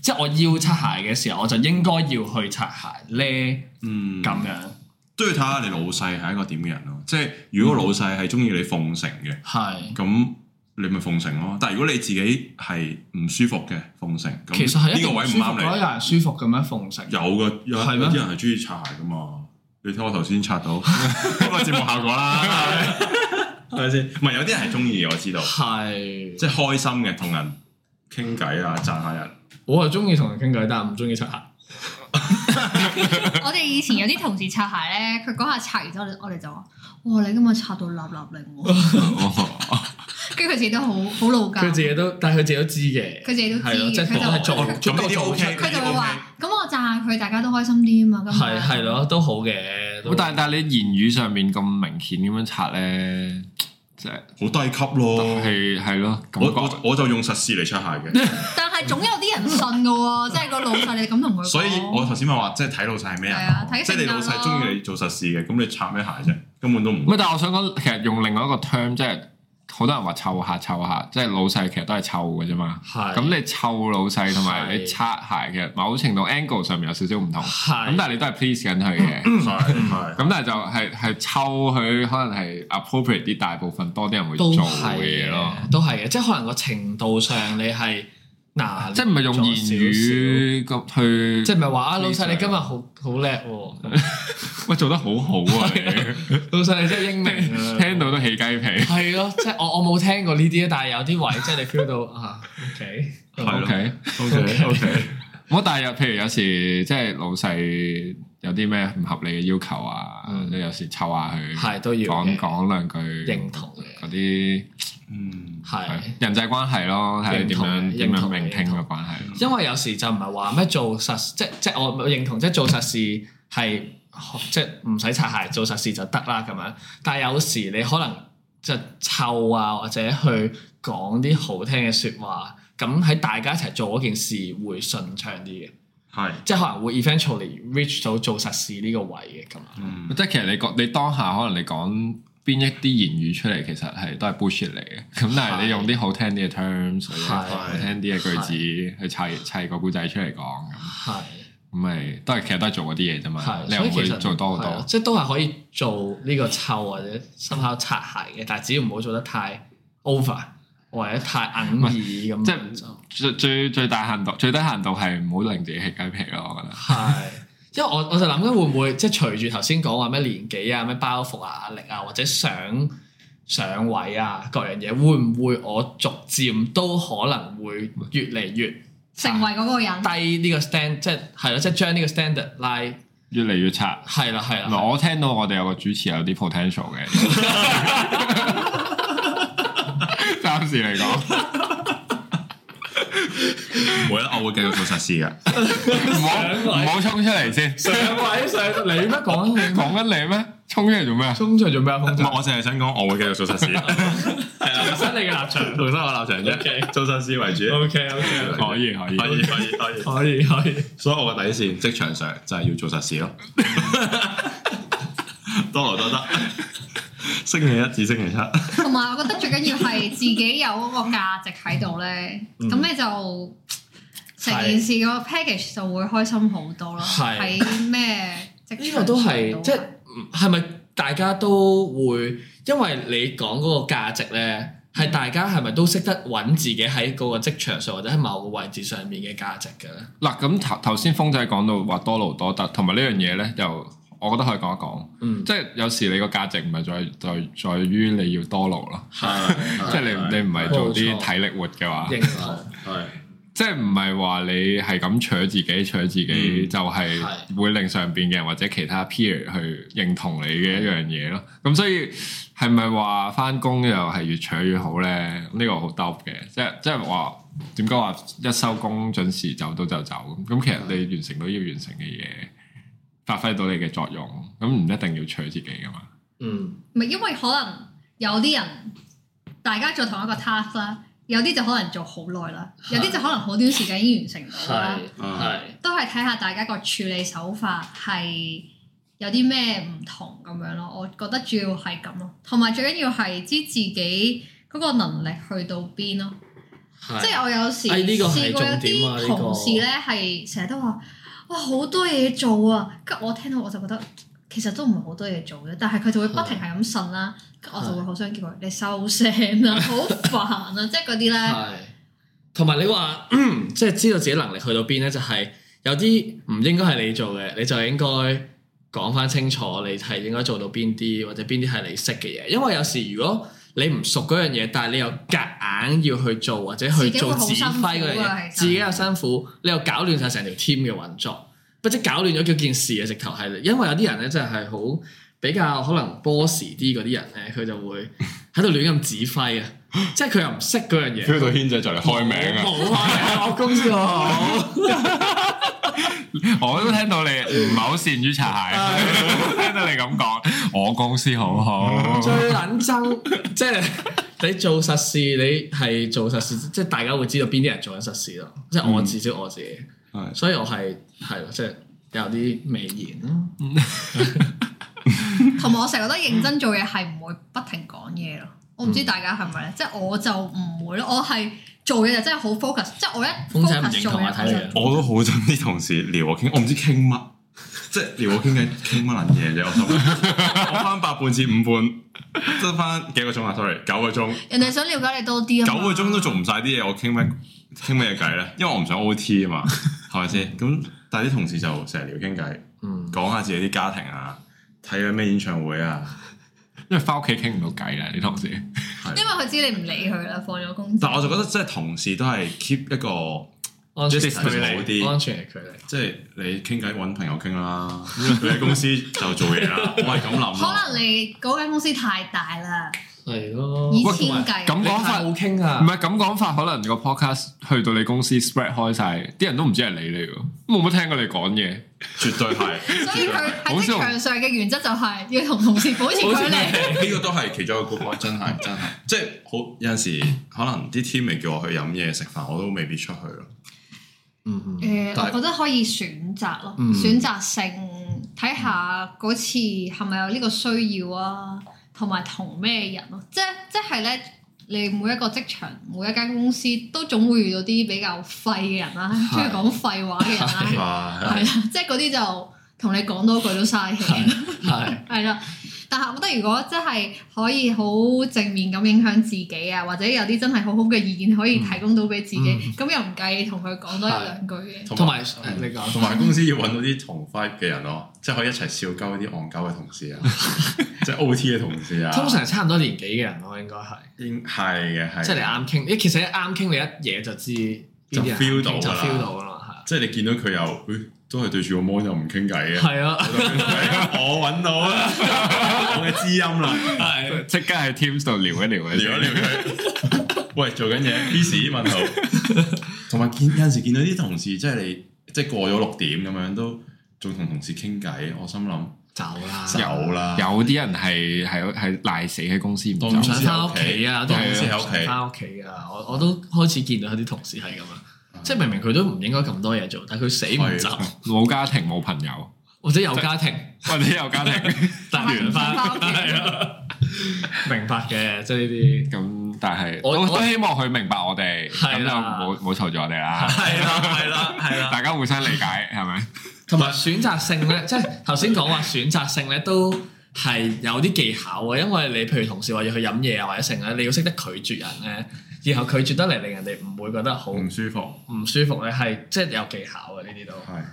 Speaker 4: 即係我要擦鞋嘅時候，我就應該要去擦鞋咧
Speaker 3: 嗯
Speaker 4: 咁樣。
Speaker 3: 都要睇下你老細係一個點嘅人咯。即係如果老細係中意你奉承嘅，
Speaker 4: 係，
Speaker 3: 咁你咪奉承咯。但係如果你自己係唔舒服嘅奉承，咁
Speaker 4: 其實係
Speaker 3: 呢
Speaker 4: 一
Speaker 3: 個
Speaker 4: 個
Speaker 3: 位唔
Speaker 4: 舒服，嗰
Speaker 3: 啱
Speaker 4: 有人舒服咁樣奉承
Speaker 3: 你。。有嘅，有
Speaker 4: 係咩
Speaker 3: 有啲人係中意擦鞋噶嘛。你睇我頭先擦到 呢個節目效果啦， 係咪先？唔係有啲人係中意嘅，我知道，
Speaker 4: 係，
Speaker 3: 即係開心嘅，同人傾偈啊，讚下人。
Speaker 4: 我係中意同人傾偈，但係唔中意擦鞋。
Speaker 1: 啊我哋以前有啲同事擦鞋咧，佢嗰下擦完之後，我哋就話：哇！你今日擦到立立令 喎，跟住佢自己都好好老㗎。
Speaker 4: 佢自己都，但係佢自己都知嘅。
Speaker 1: 佢自己都知
Speaker 4: 係咯即係
Speaker 1: 佢就
Speaker 4: 都係做
Speaker 1: 佢
Speaker 4: 做
Speaker 3: 咁
Speaker 4: 到
Speaker 3: 呢啲
Speaker 4: 做
Speaker 3: OK
Speaker 4: 出
Speaker 1: 佢就會話：咁我讚下佢，大家都開心啲啊嘛。咁
Speaker 4: 係係咯，都好嘅。都
Speaker 2: 但係但係你言語上面咁明顯咁樣拆咧，即係
Speaker 3: 好低級咯。
Speaker 2: 係係咯，感
Speaker 3: 我
Speaker 2: 覺
Speaker 3: 我我就用實事嚟擦鞋嘅，
Speaker 1: 但係總有啲人信嘅喎，即係個老細你咁同佢講。
Speaker 3: 所以我頭先咪話，即係睇老細係咩
Speaker 1: 係
Speaker 3: 人
Speaker 1: 啊，睇
Speaker 3: 即係你老細中意
Speaker 1: 你。
Speaker 3: 你做實事嘅，咁你擦咩鞋啫？根本都唔
Speaker 2: 唔係，但係我想講，其實用另外一個 term，即係好多人話湊下湊下，即係老細其實都係湊嘅啫嘛。
Speaker 4: 係
Speaker 2: 咁你湊老細同埋你擦鞋，其實某程度 angle 上面有少少唔同。
Speaker 4: 係
Speaker 2: 咁但係你都係 please 緊佢 嘅。
Speaker 3: 係係
Speaker 2: 咁但係就係係湊佢，可能係 appropriate 啲，大部分多啲人會
Speaker 4: 都
Speaker 2: 做
Speaker 4: 係
Speaker 2: 嘅嘢咯。
Speaker 4: 嘅，都係嘅。即係可能個程度上你係嗱，
Speaker 2: 即係唔係用言語咁去，
Speaker 4: 即係
Speaker 2: 係
Speaker 4: 唔係話啊老細你今日好好叻喎，
Speaker 2: 喂做得好好啊！
Speaker 4: 老細你真係英明
Speaker 2: 你
Speaker 4: 啊！
Speaker 2: 聽到都起雞皮。
Speaker 4: 係咯，即係我我冇聽過呢啲啊，但係有啲位即係你 feel 到啊，OK，
Speaker 3: 係
Speaker 2: O
Speaker 3: 咯
Speaker 2: K，
Speaker 3: OK OK，
Speaker 2: 我但係有譬如有時即係老細有啲咩唔合理嘅要求啊，
Speaker 4: 嗯
Speaker 2: 你有時湊下佢，
Speaker 4: 係都要
Speaker 2: 講
Speaker 4: 嘅
Speaker 2: 講兩句
Speaker 4: 認同嘅，
Speaker 2: 嗰啲
Speaker 3: 嗯，
Speaker 4: 係。
Speaker 2: 人際關係咯，睇你點樣點
Speaker 4: 認
Speaker 2: 樣
Speaker 4: 同嘅
Speaker 2: 聆聽嘅關係。
Speaker 4: 因為有時就唔係話咩做實，即即我認同，即做實事係即唔使擦鞋做實事就得啦咁樣。但係有時你可能就湊啊，或者去講啲好聽嘅説話，咁喺大家一齊做嗰件事會順暢啲嘅，
Speaker 3: 係，
Speaker 4: 即可能會 eventually reach 到做實事呢個位嘅咁樣。
Speaker 3: 嗯，
Speaker 2: 即係其實你講你當下可能你講邊一啲言語出嚟，其實係都係 bullshit 嚟 嘅。咁但係
Speaker 4: 係
Speaker 2: 你用啲好聽啲嘅 terms，或者
Speaker 4: 係
Speaker 2: 好聽啲嘅句子去砌砌個故仔出嚟講，
Speaker 4: 係
Speaker 2: 咁咪都係其實都係做嗰啲嘢啫嘛。
Speaker 4: 係，
Speaker 2: 你
Speaker 4: 所以
Speaker 2: 又唔
Speaker 4: 其
Speaker 2: 會
Speaker 4: 實
Speaker 2: 做多好
Speaker 4: 係啊
Speaker 2: 多。
Speaker 4: 即都係可以做呢個湊或者深口擦鞋嘅，但係只要唔好做得太 over 或者太硬耳咁，
Speaker 2: 即
Speaker 4: 係就。
Speaker 2: 最最最大限度最低限度係唔好令自己起雞皮咯。我覺得
Speaker 4: 係，因為我我就諗緊會唔會即係隨住頭先講話咩年紀啊、咩包袱啊、壓力啊，或者上上位啊各樣嘢，會唔會我逐漸都可能會越嚟越
Speaker 1: 成為嗰個人，
Speaker 4: 低呢個 stand，即係係咯，即係將呢個 standard 拉
Speaker 2: 越嚟越差。
Speaker 4: 係啦係
Speaker 2: 唔係
Speaker 4: 啦，
Speaker 2: 我聽到我哋有個主持有啲 potential 嘅，暫時嚟講，
Speaker 3: 唔會啦，我會繼續做實事 嘅，
Speaker 2: 唔好唔好衝出嚟先。
Speaker 4: 上位上到你咩講緊你
Speaker 2: 講緊你咩？衝出嚟做咩啊？
Speaker 4: 中場做咩啊？風
Speaker 3: 唔係
Speaker 4: 仔，
Speaker 3: 我淨係想講，我會繼續做實事，
Speaker 4: 重新啊你嘅立場。
Speaker 3: 重新我立場
Speaker 4: OK
Speaker 3: 啫，做實事為主，
Speaker 4: O K O K，
Speaker 2: 可以可以
Speaker 3: 可以可以可以，
Speaker 4: 可以可以，
Speaker 3: 所以我嘅底線職場上就係要做實事 咯，多勞多得，星期一至星期七，
Speaker 1: 同埋我覺得最緊要係自己有嗰個價值喺度咧，
Speaker 4: 嗯
Speaker 1: 咁你就成件事個 package 就會開心好多啦。
Speaker 4: 係
Speaker 1: 喺咩職
Speaker 4: 呢
Speaker 1: 場
Speaker 4: 個都係
Speaker 1: 上
Speaker 4: 即係係咪大家都會？因為你講嗰個價值咧，係大家係咪都識得揾自己喺嗰個職場上或者喺某個位置上面嘅價值嘅咧？
Speaker 2: 嗱，咁頭頭先風仔講到話多勞多得，同埋呢樣嘢咧，就我覺得可以講一講，
Speaker 4: 嗯，
Speaker 2: 即係有時你個價值唔係在在在於你要多勞咯，
Speaker 4: 係
Speaker 2: 即係你你唔係做啲
Speaker 4: 冇錯
Speaker 2: 體力活嘅話，
Speaker 4: 認同
Speaker 3: 係
Speaker 2: 即係唔係話你係咁扯自己扯自己，
Speaker 3: 嗯
Speaker 2: 就係
Speaker 4: 係
Speaker 2: 會令上邊嘅人或者其他 peer 去認同你嘅一樣嘢咯。咁所以係咪話翻工又係越扯越好咧？呢個好兜嘅，即係即係話點講話一收工準時走到就走咁。咁其實你完成到要完成嘅嘢，發揮到你嘅作用，咁唔一定要扯自己噶嘛。
Speaker 4: 嗯，
Speaker 1: 唔係因為可能有啲人大家做同一個 task 啦，有啲就可能做好耐啦，
Speaker 4: 係
Speaker 1: 有啲就可能好短時間已經完成到啦
Speaker 4: 係。係
Speaker 1: 都係睇下大家個處理手法係有啲咩唔同咁樣咯。我覺得主要係咁咯，同埋最緊要係知自己嗰個能力去到邊咯。
Speaker 4: 係，
Speaker 1: 即係我有時
Speaker 4: 哎呢個係
Speaker 1: 試過有
Speaker 4: 重點啊
Speaker 1: 啲
Speaker 4: 呢個
Speaker 1: 同事咧係成日都話哇好多嘢做啊，跟住我聽到我就覺得其實都唔係好多嘢做嘅，但係佢就會不停係咁呻啦，跟住我就會好想叫佢你收聲啦，好煩啊！即係嗰啲咧，
Speaker 4: 係，同埋你話 即係知道自己能力去到邊咧，就係、有啲唔應該係你做嘅，你就應該講翻清楚，你係應該做到邊啲，或者邊啲係你識嘅嘢。因為有時如果你唔熟嗰樣嘢，但係你又夾硬要去做或者去做指揮嗰樣嘢，自
Speaker 1: 自
Speaker 4: 己
Speaker 1: 己
Speaker 4: 又辛苦，你又搞亂晒成條 team 嘅運作，不知搞亂咗叫件事嘅直頭係，因為有啲人咧真係好比較可能 boss 啲嗰啲人咧，佢就會喺度亂咁指揮啊，即係佢又唔識嗰樣嘢。
Speaker 2: 到軒仔就嚟開名啊！
Speaker 4: 冇啊！我公司好，
Speaker 2: 我都聽到你唔係好善於擦鞋， 聽到你咁講，我公司好好，
Speaker 4: 最撚憎，即係你做實事，你係做實事，即係大家會知道邊啲人做緊實事咯。即係我
Speaker 2: 嗯
Speaker 4: 至少我自己，
Speaker 3: 係
Speaker 4: 所以我係係咯，即係有啲微言咯。
Speaker 1: 同埋我成日覺得認真做嘢係唔會不停講嘢咯。我
Speaker 3: 嗯
Speaker 1: 唔知大家係咪咧，即係我就唔會咯。我係做嘢就真係好 focus，即係我一
Speaker 4: 風仔唔認
Speaker 1: focus 做
Speaker 4: 同啊
Speaker 1: 嘢
Speaker 4: 睇
Speaker 1: 我
Speaker 4: 你
Speaker 1: 就
Speaker 4: 啊
Speaker 3: 我都好憎啲同事撩我傾，我唔知傾 乜，即係撩我傾偈傾乜撚嘢啫。我 心諗我翻八半至五半，得翻幾個鐘啊？sorry，九個鐘，
Speaker 1: 人哋想了解你多啲啊
Speaker 3: 九
Speaker 1: 嘛。
Speaker 3: 個鐘都做唔晒啲嘢，我傾乜傾乜嘢偈咧？因為我唔想 O T 啊嘛，係咪先？咁但係啲同事就成日聊傾偈，
Speaker 4: 嗯，
Speaker 3: 講下自己啲家庭啊，睇咗咩演唱會啊。
Speaker 2: 因為翻屋企傾唔到偈啦，啊你同事
Speaker 1: 因為佢知你唔理佢啦，放咗工之
Speaker 3: 但
Speaker 1: 後。
Speaker 3: 我就覺得即係同事都係 keep 一個
Speaker 4: 安全距
Speaker 3: Distance 好
Speaker 4: 離，
Speaker 3: 啲
Speaker 4: 安全嘅距離。
Speaker 3: 即係你傾偈揾朋友 傾啦，你喺公司就做嘢啦。我係咁諗咯。
Speaker 1: 可能你嗰間公司太大啦，
Speaker 4: 係咯，
Speaker 1: 以
Speaker 4: 同
Speaker 1: 千
Speaker 4: 埋
Speaker 1: 計。
Speaker 2: 咁
Speaker 4: 你
Speaker 2: 講
Speaker 4: 太
Speaker 2: 法
Speaker 4: 好傾
Speaker 2: 唔
Speaker 4: 啊！
Speaker 2: 係咁講法，可能個 podcast 去到你公司 spread 開晒，啲人都唔知係你嚟喎，冇乜聽過你講嘢。
Speaker 3: 絕對係，
Speaker 1: 所以佢喺
Speaker 2: 好少
Speaker 1: 職場上嘅原則就係要同同事保持距
Speaker 4: 好似
Speaker 1: 離。
Speaker 4: 係
Speaker 3: 呢個都係其中一個 good point，真 係真係，即係好有陣時可能啲 team 咪叫我去飲嘢食飯，我都未必出去咯。
Speaker 4: 嗯嗯
Speaker 1: 誒，
Speaker 4: 但
Speaker 1: 呃我覺
Speaker 4: 係
Speaker 1: 得可以選擇咯，
Speaker 4: 嗯
Speaker 1: 選擇性睇下嗰次係咪有呢個需要啊，同埋同咩人咯、即即係咧，你每一個職場、每一間公司都總會遇到啲比較廢嘅人啦、
Speaker 4: 係
Speaker 1: 中意講廢話嘅人 啦、係
Speaker 3: 係
Speaker 1: 啦，即係嗰啲就同你講多句都嘥氣。
Speaker 4: 係
Speaker 1: 係啦，但係我覺得如果真係可以好正面咁影響自己啊，或者有啲真係好好嘅意見可以提供到俾自己，
Speaker 4: 嗯
Speaker 1: 咁、又唔計同佢講多一兩句嘅。
Speaker 4: 同埋誒你講
Speaker 3: 嗯同埋公司要揾到啲同 f 嘅人咯，即係可以一齊笑鳩啲戇鳩嘅同事 啊，即係 OT 嘅同事啊。
Speaker 4: 通常差唔多年紀嘅人咯，應該係。
Speaker 3: 應係嘅，係
Speaker 4: 即係你啊啱傾，你其實一啱傾你一嘢就知邊啲人
Speaker 3: 就 feel 到㗎啦
Speaker 4: 就 feel 到㗎啦，
Speaker 3: 即係你見到佢又，誒都係對住個 mon 又唔傾偈嘅。
Speaker 4: 係係啊，
Speaker 3: 我揾到啦， 我嘅知音啦，
Speaker 4: 係啊
Speaker 2: 即刻喺 Teams 度聊一聊嘅
Speaker 3: 撩
Speaker 2: 先
Speaker 3: 一撩佢。 喂，做緊嘢，busy 問號。同埋見有陣時見到啲同事，即係你即係過咗六點咁樣，都仲同同事傾偈。我心諗
Speaker 4: 走啦，
Speaker 3: 有啦，
Speaker 2: 有啲人係係係賴死喺公司唔
Speaker 3: 當
Speaker 4: 唔
Speaker 2: 走
Speaker 4: 想
Speaker 3: 然，
Speaker 4: 翻屋企啊，都
Speaker 3: 公司喺屋企
Speaker 4: 唔想翻屋企啊，我我都開始見到有啲同事係咁啊，即係明明佢都唔應該咁多嘢做，但係佢死唔走，
Speaker 2: 冇家庭冇朋友，
Speaker 4: 或者有家庭，
Speaker 2: 或者有家庭
Speaker 4: 但係唔翻
Speaker 1: 翻屋企
Speaker 4: 係啊， 明白嘅，即係呢啲
Speaker 2: 咁，但係
Speaker 4: 我
Speaker 2: 我
Speaker 4: 我
Speaker 2: 都希望佢明白我哋，咁
Speaker 4: 係
Speaker 2: 就
Speaker 4: 啦
Speaker 2: 冇冇嘈住我哋啦。
Speaker 4: 係啦係啦係啦。
Speaker 2: 大家互相理解係咪？
Speaker 4: 同埋選擇性咧，即係頭先講話選擇性咧，都係有啲技巧嘅，因為你譬如同事話要去飲嘢啊或者成咧，你要識得拒絕人咧，然後拒絕得嚟令人哋唔會覺得好
Speaker 3: 唔舒服。
Speaker 4: 唔舒服咧，係即係有技巧啊嘅呢啲都。
Speaker 3: 係，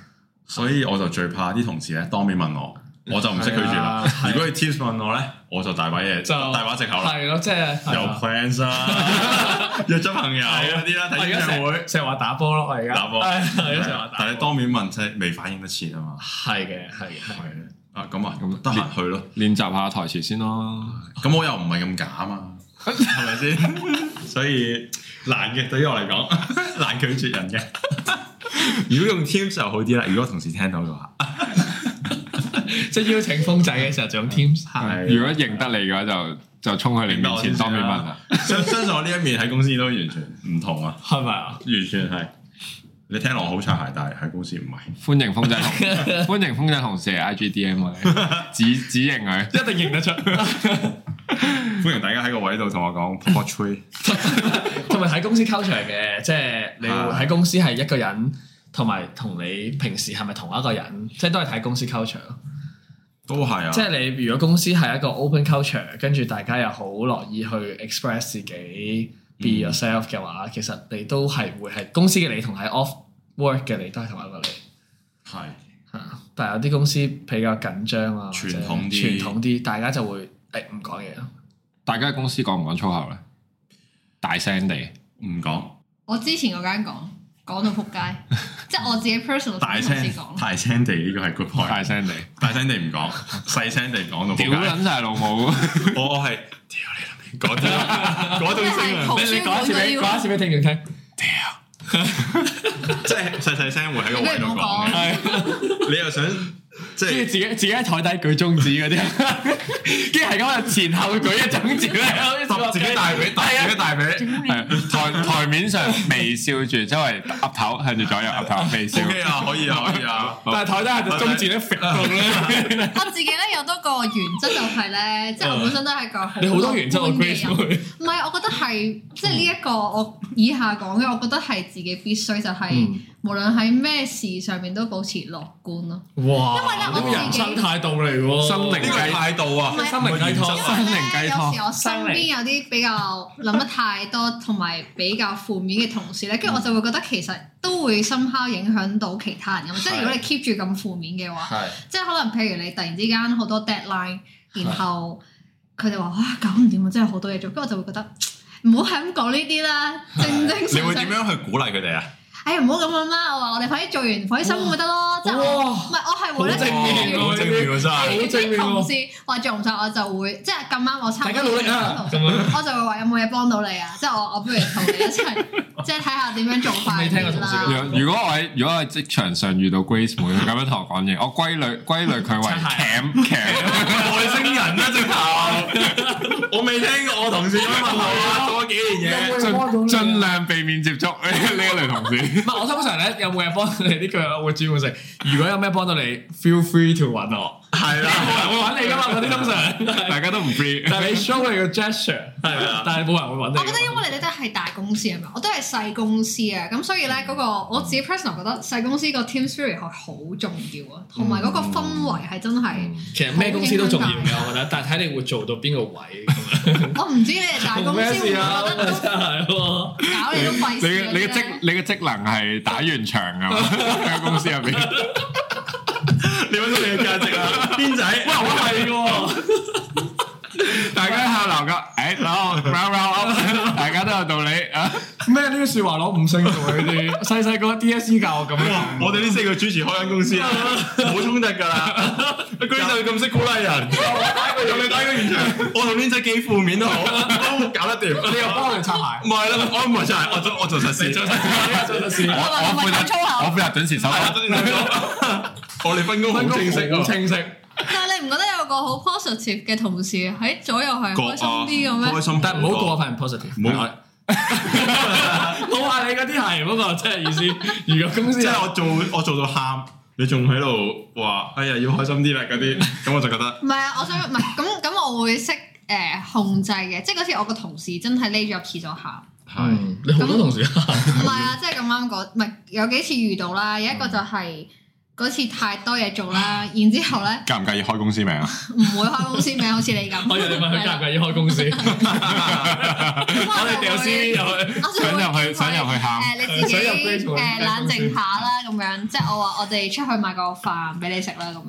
Speaker 3: 所以我就最怕啲同事咧當面問 我，我就唔識拒絕啦
Speaker 4: 係啊。係
Speaker 3: 如果佢 Teams 問我咧，我就大把嘢，
Speaker 4: 就
Speaker 3: 大把藉口啦。
Speaker 4: 係咯，即係
Speaker 3: 有
Speaker 4: 係啊
Speaker 3: plans 啦，約咗朋友嗰啲啦，
Speaker 4: 我
Speaker 3: 睇
Speaker 4: 而
Speaker 3: 演
Speaker 4: 家
Speaker 3: 唱
Speaker 4: 成
Speaker 3: 會。
Speaker 4: 日成日話打波咯，我而家
Speaker 3: 打波
Speaker 4: 係啊係而家成日話打波。
Speaker 3: 但係啊當面問即係未反應得切啊嘛。
Speaker 4: 係嘅，係嘅，係嘅。
Speaker 3: 啊咁啊，
Speaker 2: 咁
Speaker 3: 咁得閒去咯。
Speaker 2: 練習下台詞先咯。
Speaker 3: 咁我又唔係咁假啊嘛，係咪 先？所以難嘅，對於我嚟講， 難拒絕人嘅。如果用 Teams 就好啲啦，如果同事聽到嘅話，
Speaker 4: 即係邀請風仔嘅時候就
Speaker 3: 啊
Speaker 4: 用 Teams。
Speaker 2: 如果認得你嘅話，就就衝去你面前
Speaker 3: 啊
Speaker 2: 當面問啊啦。
Speaker 3: 相相信我呢一面喺公司都完全唔同啊，
Speaker 4: 係咪啊？
Speaker 3: 完全係。你聽落好擦鞋，但係喺公司唔係。
Speaker 2: 歡迎風仔 同歡迎風仔同事 I G D M 啊，指指認佢。
Speaker 4: 一定認得出，
Speaker 3: 歡迎大家喺個位度同我講 portrait，
Speaker 4: 同埋喺公司 culture 嘅，即係你
Speaker 3: 啊
Speaker 4: 會喺公司係一個人，同埋同你平時係咪同一個人，即係都係睇公司 culture 咯。
Speaker 3: 都係啊。
Speaker 4: 即係你如果公司係一個 open culture，跟住大家又好樂意去 express 自己 be
Speaker 3: 嗯
Speaker 4: yourself 嘅話，其實你都係會係公司嘅你同喺 off work 嘅你都係同一個你。
Speaker 3: 係
Speaker 4: 係啊但係有啲公司比較緊張啊，
Speaker 3: 傳統啲
Speaker 4: 或者傳統啲，大家就會誒唔講嘢咯。
Speaker 2: 大家喺公司講唔講粗口咧？大聲地，
Speaker 3: 唔講
Speaker 1: 我之前嗰間講講到 撲街，即係我自己 personal
Speaker 3: 大
Speaker 1: 同事
Speaker 3: 聲
Speaker 1: 講，
Speaker 3: 大聲地呢個係 good point。
Speaker 2: 大聲地，
Speaker 3: 大聲地唔講，細聲地講到仆街
Speaker 2: 屌撚晒老母！
Speaker 3: 我我係屌你老味，嗰啲嗰種聲啊
Speaker 1: 好
Speaker 3: 量，
Speaker 1: 你你講一次俾講一
Speaker 4: 次俾聽眾聽，
Speaker 3: 即係細細聲會喺個
Speaker 1: 你
Speaker 3: 位度
Speaker 1: 不如唔好
Speaker 3: 講啊
Speaker 1: 講
Speaker 3: 嘅。
Speaker 4: 係
Speaker 3: 你又想即
Speaker 4: 跟住
Speaker 3: 係
Speaker 4: 自己自己喺台底舉中指嗰啲，跟住係咁就前後舉一中指咧，
Speaker 3: 揼自己大髀，揼自己大髀。
Speaker 2: 啊係台台面上微笑住，周圍岌頭向住左右岌頭微笑
Speaker 3: O。K 啊，可以啊，可以啊。
Speaker 4: 但係台底係中指咧揈 到咧，
Speaker 1: 我自己咧有多個原則就係咧， 即係我本身都係個
Speaker 4: 你好多原則我
Speaker 1: 樂觀
Speaker 4: grace
Speaker 1: 嘅人
Speaker 4: 佢，
Speaker 1: 唔係，我覺得 係即係呢一個我以下講嘅，我覺得係自己必須就係、
Speaker 4: 嗯
Speaker 1: 無論喺咩事上面都保持樂觀咯。
Speaker 4: 哇！
Speaker 1: 因為咧我自己
Speaker 4: 人生態度嚟喎，
Speaker 2: 生命
Speaker 3: 呢個係態度啊
Speaker 1: 唔，係
Speaker 4: 生命雞湯
Speaker 1: 因
Speaker 4: 啊
Speaker 1: 為
Speaker 2: 心靈雞
Speaker 1: 咧，有
Speaker 2: 湯
Speaker 1: 時我身邊有啲比較諗得太多同埋比較負面嘅同事咧，跟住我就會覺得其實都會深刻影響到其他人咁。即係如果你 keep 住咁負面嘅話，
Speaker 4: 係
Speaker 1: 即係可能譬如你突然之間好多 deadline，然後佢哋話哇搞唔掂啊，真係好多嘢做，跟住我就會覺得。唔好係咁講呢啲啦，正正
Speaker 3: 你
Speaker 1: 常
Speaker 3: 會
Speaker 1: 常
Speaker 3: 點。樣去鼓勵佢哋啊？
Speaker 1: 哎呀，唔好咁諗啦！我話我哋快啲做完開心咪得咯，即係我
Speaker 4: 哇
Speaker 1: 唔係我係會咧
Speaker 4: 好正面喎
Speaker 3: 好正面喎真
Speaker 4: 啊好
Speaker 3: 係。
Speaker 1: 啲
Speaker 4: 正面
Speaker 1: 同
Speaker 4: 喎
Speaker 1: 事話做唔晒，我就會即係咁啱我參
Speaker 4: 大
Speaker 1: 加
Speaker 4: 家努力啊！咁樣
Speaker 1: 我就會話有冇嘢幫到你啊？即係我我不如同你一齊， 即係睇下點樣做快
Speaker 4: 未聽過
Speaker 1: 啲
Speaker 4: 同事
Speaker 1: 啦。
Speaker 2: 如如果我喺如果我喺職場上遇到 Grace 妹咁樣同我講嘢，我歸類歸類佢為
Speaker 4: 擦鞋
Speaker 2: 鉗鉗。
Speaker 3: 外星人啊，直頭！ 我未聽過我同事咁樣
Speaker 1: 啊
Speaker 3: 問啊我做咗幾年嘢。
Speaker 2: 盡盡量避免接觸 呢一類同事。
Speaker 4: 唔係，我通常咧有冇嘢幫到你呢句，我會專門食。如果有咩幫到你，feel free to 揾我。
Speaker 3: 係
Speaker 4: 冇人會
Speaker 3: 啦，
Speaker 4: 揾你噶嘛，嗰啲通常。
Speaker 2: 大家都唔 free，
Speaker 4: 但係你 show 你個 gesture 係
Speaker 3: 啊
Speaker 4: 但係冇人會揾你㗎
Speaker 1: 我
Speaker 4: 嘛。
Speaker 1: 覺得因為你哋都係大公司啊嘛，我都係細公司啊，咁所以
Speaker 4: 嗯
Speaker 1: 咧嗰個我自己 personal 覺得細公司個 team spirit 係好重要啊，同
Speaker 4: 嗯
Speaker 1: 埋嗰個氛圍係真係，
Speaker 4: 其實咩公司都重要嘅，我覺得，但係睇你會做到邊個位咁樣。
Speaker 1: 我唔知你哋大公司會唔會覺
Speaker 3: 啊
Speaker 1: 得
Speaker 4: 真係喎，
Speaker 1: 搞你都費
Speaker 2: 你
Speaker 1: 事啊嗰
Speaker 2: 嘅你
Speaker 1: 啲呢
Speaker 2: 嘅職你嘅職能係打完場噶嘛？喺公司入邊，
Speaker 3: 你揾到你嘅價值啦，邊仔？
Speaker 4: 哇，我係喎，
Speaker 2: 大家下流噶，誒，攞 round round up，大家都有道理啊！
Speaker 4: 咩呢啲説話攞五星嘅喎，呢啲細細個 DSE 教我咁樣。
Speaker 3: 我哋呢四個主持開間公司啊，冇衝突㗎啦。居然就咁識鼓勵人，有你打個現場，我同 l 仔幾負面 都好，都搞得掂。
Speaker 4: 你又幫我哋擦鞋
Speaker 3: 唔，係啦，我唔係就係我做我做實事，
Speaker 2: 我
Speaker 1: 我話
Speaker 2: 我
Speaker 1: 你咪
Speaker 2: 負
Speaker 1: 講粗口
Speaker 3: 啊
Speaker 2: 責我負責準時收工。
Speaker 3: 我哋啊哦分工好清晰
Speaker 4: 好
Speaker 3: 啊，
Speaker 4: 清晰。
Speaker 1: 但係你唔覺得有個好 positive 嘅同事喺左右係
Speaker 4: 啊
Speaker 3: 啊
Speaker 1: 開心啲嘅咩？
Speaker 3: 心
Speaker 4: 但係唔好過分 positive，
Speaker 3: 唔好
Speaker 4: 我話你嗰啲係不過即係意思， 如果公司
Speaker 3: 即
Speaker 4: 有
Speaker 3: 係我做我做到喊，你仲喺度話哎呀要開心啲啦嗰啲，咁我就覺得
Speaker 1: 唔係啊，我想唔係咁咁，我會識誒、呃控制嘅。即係嗰次我個同事真係匿咗入廁所喊，
Speaker 3: 係
Speaker 1: 嗯
Speaker 4: 你好多同事
Speaker 1: 唔係啊，即係咁啱嗰唔係有幾次遇到啦，有一個就係、嗰次太多嘢做啦，然之後咧
Speaker 2: 介唔介意開公司名啊？
Speaker 1: 唔會開公司名，好似你咁。
Speaker 4: 我以為你問佢
Speaker 1: 係啊啦
Speaker 4: 哦介唔介意開 公司，我
Speaker 1: 我
Speaker 4: 哋掉 CV 入去。
Speaker 1: 我就會
Speaker 2: 想入
Speaker 1: 叫佢
Speaker 2: 去想入去喊
Speaker 1: 誒你自己
Speaker 4: 想入 Grace
Speaker 1: 誒
Speaker 4: 會
Speaker 1: 呃冷靜下啦，咁樣即係我話我哋出去買個飯俾你食啦，咁